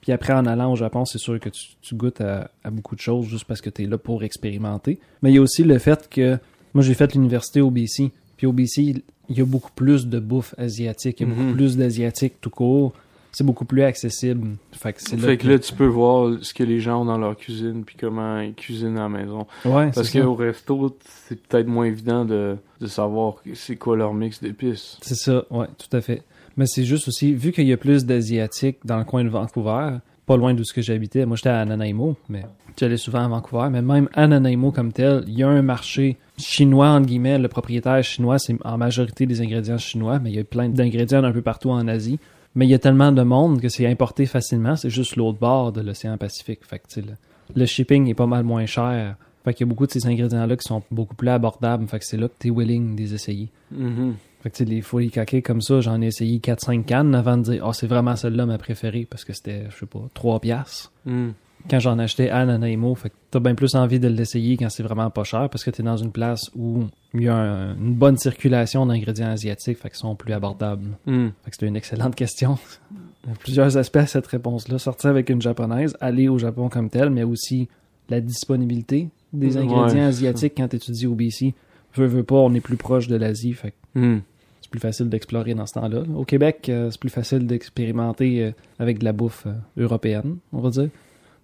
A: Puis après, en allant au Japon, c'est sûr que tu, tu goûtes à, à beaucoup de choses juste parce que tu es là pour expérimenter. Mais il y a aussi le fait que moi, j'ai fait l'université au BC. Puis au BC, il y a beaucoup plus de bouffe asiatique. Il y a beaucoup
B: Mhm.
A: plus d'asiatique tout court. C'est beaucoup plus accessible. Fait que c'est là.
B: Fait que là, tu peux voir ce que les gens ont dans leur cuisine, puis comment ils cuisinent à la maison.
A: ouais,
B: Parce
A: c'est ça.
B: qu'au resto, c'est peut-être moins évident de, de savoir c'est quoi leur mix d'épices.
A: C'est ça, ouais, tout à fait. Mais c'est juste aussi, vu qu'il y a plus d'Asiatiques dans le coin de Vancouver, pas loin d'où ce que j'habitais, moi j'étais à Nanaimo, mais j'allais souvent à Vancouver, mais même à Nanaimo comme tel, il y a un marché chinois, entre guillemets, le propriétaire chinois, c'est en majorité des ingrédients chinois, mais il y a plein d'ingrédients un peu partout en Asie. Mais il y a tellement de monde que c'est importé facilement, c'est juste l'autre bord de l'océan Pacifique. Fait que, tu sais, le, le shipping est pas mal moins cher. Fait qu'il y a beaucoup de ces ingrédients-là qui sont beaucoup plus abordables. Fait que c'est là que t'es willing de les essayer.
B: Mhm.
A: Fait que tu sais, les folies caquées comme ça, j'en ai essayé 4-5 cannes avant de dire, oh, c'est vraiment celle-là ma préférée parce que c'était, je sais pas, 3 piastres.
B: Mm.
A: Quand j'en achetais à Nanaimo, fait que t'as bien plus envie de l'essayer quand c'est vraiment pas cher parce que t'es dans une place où il y a un- une bonne circulation d'ingrédients asiatiques, fait qu'ils sont plus abordables.
B: Mm.
A: Fait que c'était une excellente question. Il y a plusieurs aspects à cette réponse-là. Sortir avec une japonaise, aller au Japon comme tel, mais aussi la disponibilité des
B: Ouais,
A: ingrédients
B: c'est
A: asiatiques quand t'étudies au BC. Veux, veux pas, on est plus proche de l'Asie, fait que
B: Mm.
A: c'est plus facile d'explorer dans ce temps-là. Au Québec, euh, c'est plus facile d'expérimenter euh, avec de la bouffe euh, européenne, on va dire.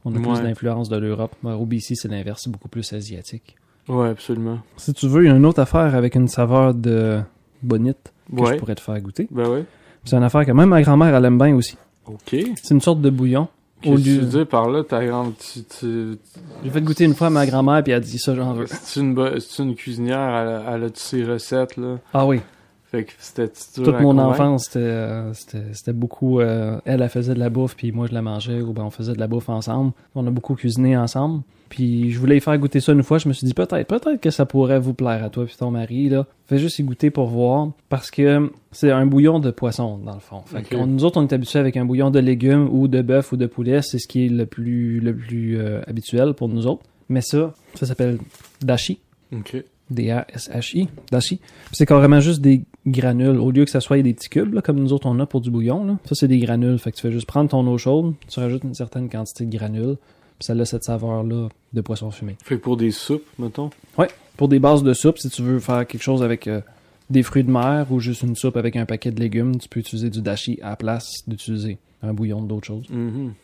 A: On a plus
B: Ouais.
A: d'influence de l'Europe. Mais Au BC, c'est l'inverse, c'est beaucoup plus asiatique.
B: Ouais, absolument.
A: Si tu veux, il y a une autre affaire avec une saveur de bonite que
B: ouais.
A: je pourrais te faire goûter.
B: Ben ouais.
A: C'est une affaire que même ma grand-mère, elle aime bien aussi.
B: Ok. Qu'est-ce
A: C'est une sorte de bouillon. Au
B: que tu
A: lieu...
B: veux dire par là, ta grande. Tu, tu-
A: J'ai fait goûter une fois à ma grand-mère, puis elle a dit ça, j'en veux.
B: C'est une, bo- c'est une cuisinière, elle, a- elle a toutes ses recettes, là.
A: Ah oui,
B: Fait que c'était dur
A: toute
B: à
A: mon
B: convaincre.
A: enfance, c'était, euh, c'était c'était beaucoup... euh, elle, elle faisait de la bouffe, puis moi, je la mangeais, ou ben, on faisait de la bouffe ensemble. On a beaucoup cuisiné ensemble. Puis je voulais y faire goûter ça une fois. Je me suis dit, peut-être, peut-être que ça pourrait vous plaire à toi puis ton mari, là. Fais juste y goûter pour voir, parce que c'est un bouillon de poisson, dans le fond. Fait
B: Ok.
A: qu'on- nous autres, on est habitués avec un bouillon de légumes ou de bœuf ou de poulet. C'est ce qui est le plus, le plus euh, habituel pour nous autres. Mais ça, ça s'appelle dashi.
B: Ok.
A: D-A-S-H-I, dashi. Puis c'est carrément juste des granules. Au lieu que ça soit des petits cubes, là, comme nous autres on a pour du bouillon, là. ça c'est des granules. Fait que tu fais juste prendre ton eau chaude, tu rajoutes une certaine quantité de granules, puis ça a cette saveur-là de poisson fumé.
B: Fait que pour des soupes, mettons.
A: Ouais, pour des bases de soupe, si tu veux faire quelque chose avec euh, des fruits de mer ou juste une soupe avec un paquet de légumes, tu peux utiliser du dashi à la place d'utiliser un bouillon d'autre chose.
B: Mhm.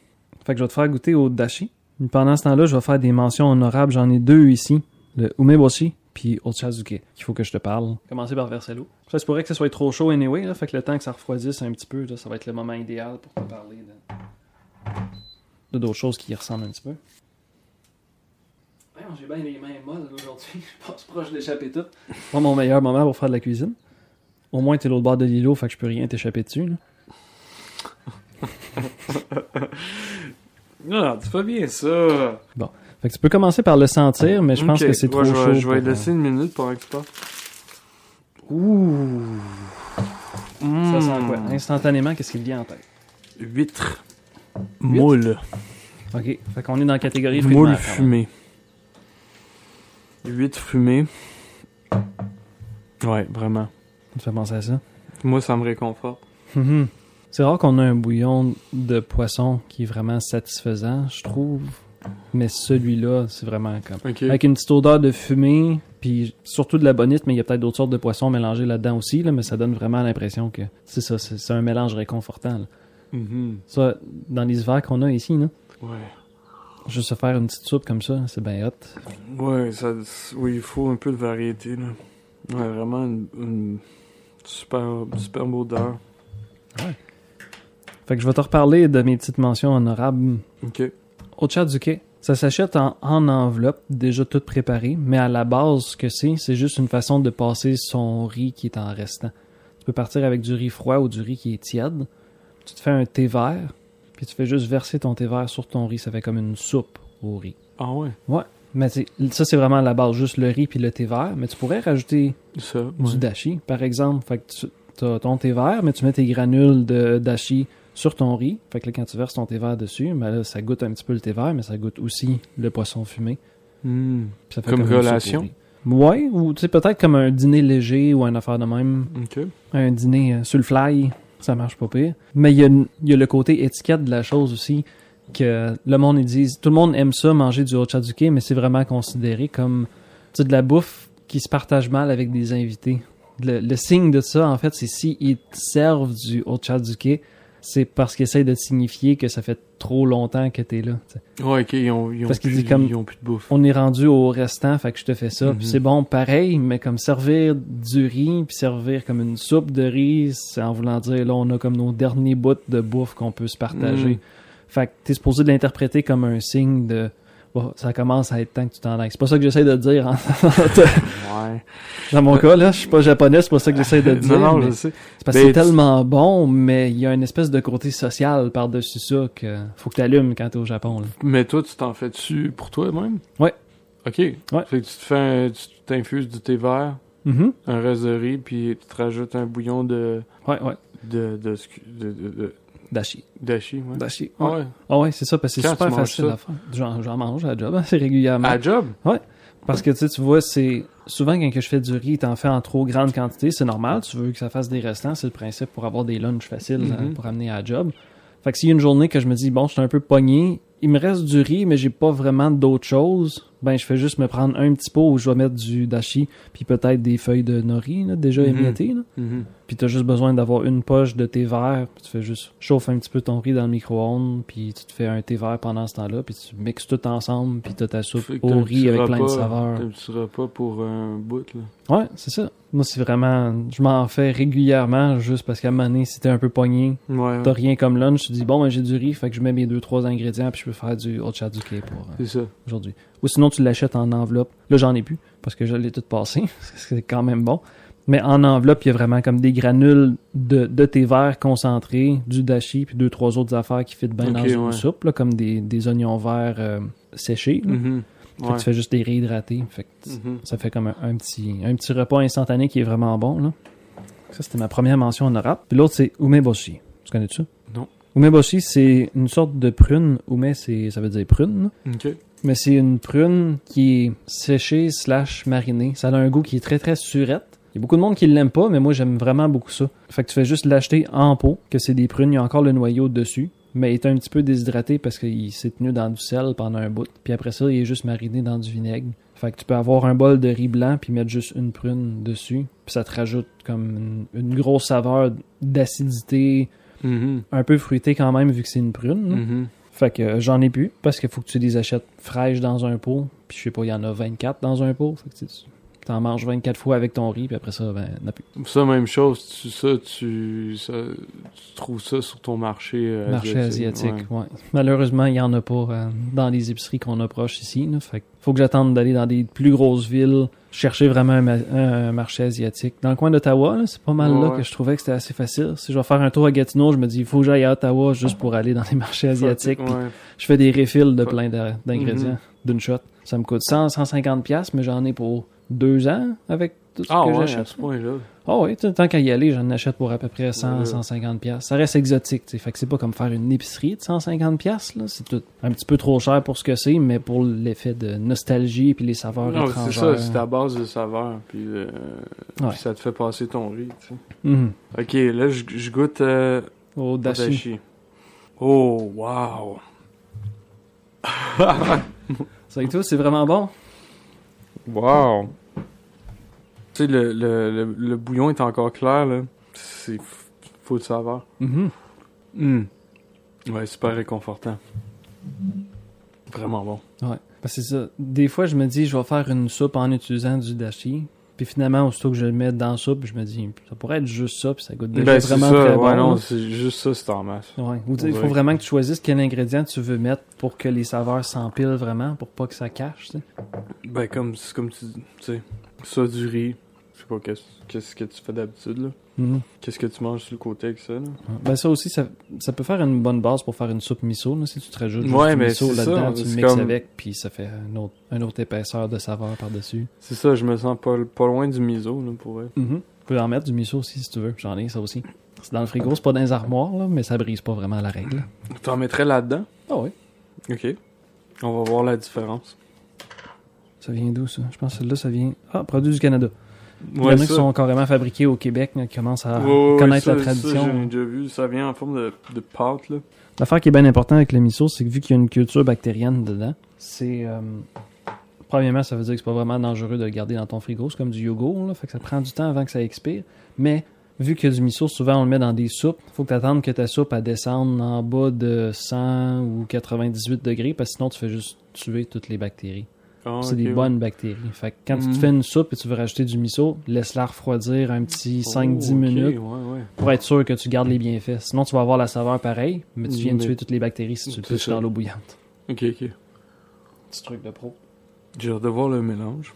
A: Fait que je vais te faire goûter au dashi. Pendant ce temps-là, je vais faire des mentions honorables. J'en ai deux ici. Le umeboshi puis ochazuke. Il faut que je te parle. Commencer par verser l'eau. Ça se pourrait que ce soit trop chaud anyway. Là, fait que le temps que ça refroidisse un petit peu, là, ça va être le moment idéal pour te parler de de d'autres choses qui y ressemblent un petit peu. J'ai bien les mains molles aujourd'hui. Je passe proche d'échapper tout. Pas mon meilleur moment pour faire de la cuisine. Au moins, t'es l'autre bord de l'îlot, fait que je peux rien t'échapper dessus. là.
B: Non, Ah, tu fais bien ça.
A: Fait que tu peux commencer par le sentir, mais je pense
B: Ok.
A: que c'est
B: Ouais,
A: trop
B: je
A: chaud.
B: vais- Je vais
A: pour, euh,
B: laisser une minute pendant que tu parles.
A: Ouh! Ça sent
B: Mm.
A: quoi? Instantanément, qu'est-ce qui te vient en tête?
B: Huître. Moule.
A: Ok. Fait qu'on est dans la catégorie fruits de
B: Moule
A: mer, quand même.
B: fumée. Huître fumée. Ouais, vraiment.
A: Ça te fait penser à ça.
B: Moi, ça me réconforte.
A: Mhm. C'est rare qu'on a un bouillon de poisson qui est vraiment satisfaisant, je trouve. Mais celui-là, c'est vraiment comme.
B: Ok.
A: Avec une petite odeur de fumée, puis surtout de la bonite, mais il y a peut-être d'autres sortes de poissons mélangés là-dedans aussi, là, mais ça donne vraiment l'impression que c'est ça, c'est c'est un mélange réconfortant. là.
B: Mhm.
A: Ça, dans les hivers qu'on a ici, là,
B: Ouais.
A: juste se faire une petite soupe comme ça, c'est bien hot.
B: Ouais, ça, oui, il faut un peu de variété, là. Ouais, vraiment une, une super, super odeur.
A: Fait que je vais te reparler de mes petites mentions honorables
B: Ok.
A: Au Tchad-du-Quai, ça s'achète en, en enveloppe, déjà toute préparée, mais à la base, ce que c'est, c'est juste une façon de passer son riz qui est en restant. Tu peux partir avec du riz froid ou du riz qui est tiède. Tu te fais un thé vert, puis tu fais juste verser ton thé vert sur ton riz. Ça fait comme une soupe au riz.
B: Ah ouais.
A: Mais c'est- ça, c'est vraiment la base, juste le riz puis le thé vert. Mais tu pourrais rajouter
B: Ça,
A: du
B: ouais.
A: dashi, par exemple. Fait que tu as ton thé vert, mais tu mets tes granules de dashi sur ton riz. Fait que là, quand tu verses ton thé vert dessus, ben là, ça goûte un petit peu le thé vert, mais ça goûte aussi le poisson fumé.
B: Hmm,
A: Puis ça fait
B: Comme
A: une soupe au
B: relation?
A: riz. Ouais, ou tu sais, peut-être comme un dîner léger ou une affaire de même.
B: ok.
A: Un dîner euh, sur le fly, ça marche pas pire. Mais il y a, une- il y a le côté étiquette de la chose aussi, que le monde, ils disent, tout le monde aime ça, manger du otchazuke, mais c'est vraiment considéré comme, tu sais, de la bouffe qui se partage mal avec des invités. Le, le signe de ça, en fait, c'est si ils te servent du otchazuke, c'est parce qu'ils essayent de te signifier que ça fait trop longtemps que t'es là. tu sais.
B: Ouais, ok, ils ont, ils ont,
A: Parce qu'il
B: plus,
A: dit comme-
B: ils ont plus de bouffe.
A: on est rendu au restant, fait que je te fais ça. Puis
B: Mhm.
A: c'est bon, pareil, mais comme servir du riz, puis servir comme une soupe de riz, c'est en voulant dire, là, on a comme nos derniers bouts de bouffe qu'on peut se partager.
B: Mhm.
A: Fait que t'es supposé de l'interpréter comme un signe de, Bon, ça commence à être temps que tu t'en ailles. C'est pas ça que j'essaie de dire. hein.
B: Ouais.
A: Dans mon cas, là, je suis pas japonais, c'est pas ça que j'essaie de dire.
B: Euh, non, non,
A: mais
B: je sais.
A: c'est parce que
B: Ben,
A: c'est
B: tu-
A: tellement bon, mais il y a une espèce de côté social par-dessus ça que faut que t'allumes quand t'es au Japon. là.
B: Mais toi, tu t'en fais dessus pour toi-même?
A: Ouais.
B: Ok. Fait que tu te fais un- tu t'infuses du thé vert,
A: Mhm.
B: un reste de riz, puis tu te rajoutes un bouillon de,
A: Ouais, ouais.
B: de, de, scu- de, de, de-
A: Dashi.
B: d'ashi, ouais.
A: Dashi.
B: Ah ouais.
A: Ah ouais, c'est ça, parce que c'est
B: Quand
A: super
B: tu manges
A: facile
B: ça? Ah,
A: à faire. J'en, j'en mange à la job assez régulièrement.
B: À job?
A: Parce que tu sais, tu vois, c'est souvent quand que je fais du riz, t'en fais en trop grande quantité, c'est normal, tu veux que ça fasse des restants, c'est le principe pour avoir des lunchs faciles
B: Mhm.
A: hein, pour amener à la job. Fait que s'il y a une journée que je me dis, bon, je suis un peu pogné, il me reste du riz, mais j'ai pas vraiment d'autres choses, ben je fais juste me prendre un petit pot où je vais mettre du dashi, puis peut-être des feuilles de nori, là, déjà
B: Mhm.
A: émiettées, là.
B: Mhm.
A: Puis t'as juste besoin d'avoir une poche de thé vert, puis tu fais juste chauffe un petit peu ton riz dans le micro-ondes, puis tu te fais un thé vert pendant ce temps-là, puis tu mixes tout ensemble, puis t'as ta soupe
B: Fait que t'as
A: au
B: un
A: riz
B: petit
A: avec plein de
B: repas-
A: saveurs.
B: t'as Un petit repas pour un bout, là.
A: Ouais, c'est ça. Moi, c'est vraiment... Je m'en fais régulièrement, juste parce qu'à un moment donné, si t'es un peu pogné,
B: Ouais, ouais.
A: t'as rien comme lunch, tu dis « Bon, ben, j'ai du riz, fait que je mets mes deux, trois ingrédients, puis je peux faire du otchazuke pour euh,
B: C'est ça.
A: aujourd'hui. » Ou sinon, tu l'achètes en enveloppe. Là, j'en ai plus, parce que je l'ai tout passé. c'est quand même bon. Mais en enveloppe, il y a vraiment comme des granules de, de thé vert concentré, du dashi, puis deux, trois autres affaires qui fit bien
B: Ok,
A: dans une
B: ouais.
A: soupe, là, comme des, des oignons verts euh, séchés. là.
B: Mhm.
A: Fait que
B: Ouais.
A: tu fais juste les réhydrater. Fait que
B: Mhm.
A: ça fait comme un, un petit, un petit repas instantané qui est vraiment bon. Là. Ça, c'était ma première mention honorable. Puis l'autre, c'est umeboshi. Tu connais ça?
B: Non.
A: Umeboshi, c'est une sorte de prune. Ume, c'est, ça veut dire prune. là.
B: Ok.
A: Mais c'est une prune qui est séchée slash marinée. Ça a un goût qui est très très surette. Il y a beaucoup de monde qui l'aime pas, mais moi j'aime vraiment beaucoup ça. Fait que tu fais juste l'acheter en pot, que c'est des prunes, il y a encore le noyau dessus, mais il est un petit peu déshydraté parce qu'il s'est tenu dans du sel pendant un bout. Puis après ça, il est juste mariné dans du vinaigre. Fait que tu peux avoir un bol de riz blanc puis mettre juste une prune dessus, puis ça te rajoute comme une, une grosse saveur d'acidité,
B: Mhm.
A: un peu fruitée quand même vu que c'est une prune. là.
B: Mhm.
A: Fait que euh, j'en ai plus parce qu'il faut que tu les achètes fraîches dans un pot. Puis je sais pas, il y en a 24 dans un pot. Fait que tu sais, tu- t'en manges 24 fois avec ton riz, puis après ça, ben, n'a plus.
B: Ça, même chose. Tu, ça, tu, ça, tu trouves ça sur ton marché euh,
A: Marché asiatique, ouais. Malheureusement, il y en a pas euh, dans les épiceries qu'on approche ici. là. Fait que faut que j'attende d'aller dans des plus grosses villes, chercher vraiment un, ma- un marché asiatique. Dans le coin d'Ottawa, là, c'est pas mal là
B: Ouais.
A: que je trouvais que c'était assez facile. Si je vais faire un tour à Gatineau, je me dis, il faut que j'aille à Ottawa juste pour aller dans les marchés
B: Ouais.
A: asiatiques. puis
B: Ouais.
A: Je fais des refills de
B: Fa-
A: plein d'a-
B: Mhm.
A: d'ingrédients d'une shot. Ça me coûte 100, 150 pièces, mais j'en ai pour deux ans avec tout ce
B: Ah
A: que
B: ouais, à
A: j'achète.
B: ce point-là.
A: Ah oui, tu sais, tant qu'à y aller, j'en achète pour à peu près 100,
B: Ouais.
A: 150 pièces. Ça reste exotique, tu sais. Fait que c'est pas comme faire une épicerie de 150 pièces là. C'est tout un petit peu trop cher pour ce que c'est, mais pour l'effet de nostalgie puis les saveurs
B: Non, c'est
A: étrangères.
B: ça, c'est à base de saveur, puis, euh,
A: Ouais.
B: puis ça te fait passer ton riz. tu sais.
A: Mhm.
B: Ok, là, je, je goûte euh,
A: Au
B: au
A: dashi.
B: dashi. Oh, wow!
A: C'est avec toi, c'est vraiment bon.
B: Wow! Tu sais, le, le, le, le bouillon est encore clair, là. C'est f- faut de saveur.
A: Mhm.
B: Hmm. Ouais, super réconfortant. Vraiment bon.
A: Ouais. Ben, c'est ça. Des fois, je me dis, je vais faire une soupe en utilisant du dashi. Puis finalement, aussitôt que je le mets dans la soupe, je me dis, ça pourrait être juste ça, puis ça goûte déjà
B: Ben, c'est
A: vraiment
B: ça,
A: très
B: ouais,
A: bon.
B: non,
A: là.
B: c'est juste ça, c'est en masse.
A: Ouais. Ou tu sais, il faut
B: Ouais.
A: vraiment que tu choisisses quel ingrédient tu veux mettre pour que les saveurs s'empilent vraiment, pour pas que ça cache. tu sais.
B: Ben, comme, c'est comme tu tu sais, ça, du riz. Je sais pas, pas qu'est-ce qu'est-ce que tu fais d'habitude, là.
A: Mhm.
B: Qu'est-ce que tu manges sur le côté avec ça, là.
A: Ben ça aussi, ça, ça peut faire une bonne base pour faire une soupe miso, là, si tu te rajoutes juste
B: Ouais,
A: du
B: mais
A: miso
B: c'est ça,
A: là-dedans, tu le
B: c'est
A: mixes
B: comme-
A: avec, puis ça fait une autre, une autre épaisseur de saveur par-dessus.
B: C'est ça, je me sens pas, pas loin du miso, là, pour vrai.
A: Mhm. Tu peux en mettre du miso aussi si tu veux, j'en ai ça aussi. C'est dans le frigo, c'est pas dans les armoires, là, mais ça brise pas vraiment la règle.
B: T'en mettrais là-dedans?
A: Ah oui.
B: Ok. On va voir la différence.
A: Ça vient d'où ça? Je pense que celle-là, ça vient. Ah, produit du Canada. Il y en a qui sont carrément fabriqués au Québec, mais qui commencent à
B: Ouais, ouais, ouais,
A: connaître
B: ça-
A: la tradition.
B: Ça, j'ai déjà vu, ça vient en forme de, de pâte, là.
A: L'affaire qui est bien importante avec le miso, c'est que vu qu'il y a une culture bactérienne dedans, c'est. euh, premièrement, ça veut dire que c'est pas vraiment dangereux de le garder dans ton frigo. C'est comme du yogourt, là. Fait que ça prend du temps avant que ça expire. Mais vu qu'il y a du miso, souvent on le met dans des soupes. Faut que t'attendes que ta soupe elle descende en bas de 100 ou 98 degrés parce que sinon tu fais juste tuer toutes les bactéries.
B: Ah,
A: c'est
B: ok,
A: des
B: ouais.
A: bonnes bactéries. Fait que quand tu te
B: Mhm.
A: fais une soupe et tu veux rajouter du miso, laisse-la refroidir un petit
B: Oh,
A: 5-10
B: ok,
A: minutes
B: ouais, ouais.
A: pour être sûr que tu gardes les bienfaits. Sinon, tu vas avoir la saveur pareille, mais tu viens de
B: Mais-
A: tuer toutes les bactéries si tu le
B: Mm. C'est
A: touches
B: ça.
A: dans l'eau bouillante.
B: Ok, ok.
A: Petit truc de pro.
B: J'ai hâte de voir le mélange.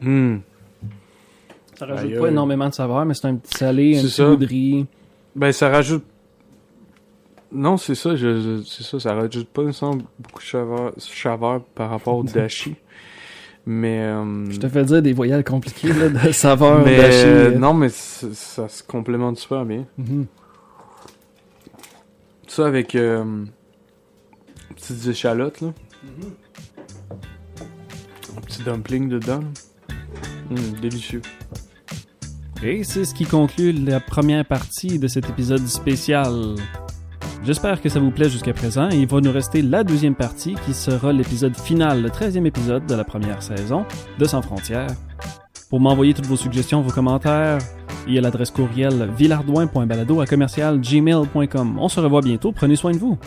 B: Hmm.
A: Ça rajoute
B: Aïe,
A: pas
B: aïe.
A: énormément de saveur, mais c'est un petit salé, un
B: C'est
A: petit
B: ça.
A: goût de riz.
B: Ben, ça rajoute. Non, c'est ça, je, je- c'est ça, ça rajoute pas, il me semble, beaucoup de chaveur, chaveur par rapport au dashi. Mais. euh,
A: Je te fais dire des voyelles compliquées là, de saveur.
B: mais,
A: d'hachis,
B: euh,
A: là.
B: non, mais c- ça se complémente super bien.
A: Mhm.
B: Ça avec. Euh, petites échalotes, là. Un petit dumpling dedans. là. Hmm, délicieux.
A: Et c'est ce qui conclut la première partie de cet épisode spécial. J'espère que ça vous plaît jusqu'à présent et il va nous rester la deuxième partie qui sera l'épisode final, le 13e épisode de la première saison de Sans Frontières. Pour m'envoyer toutes vos suggestions, vos commentaires, il y a l'adresse courriel villardouin.balado à commercial gmail.com. On se revoit bientôt, prenez soin de vous.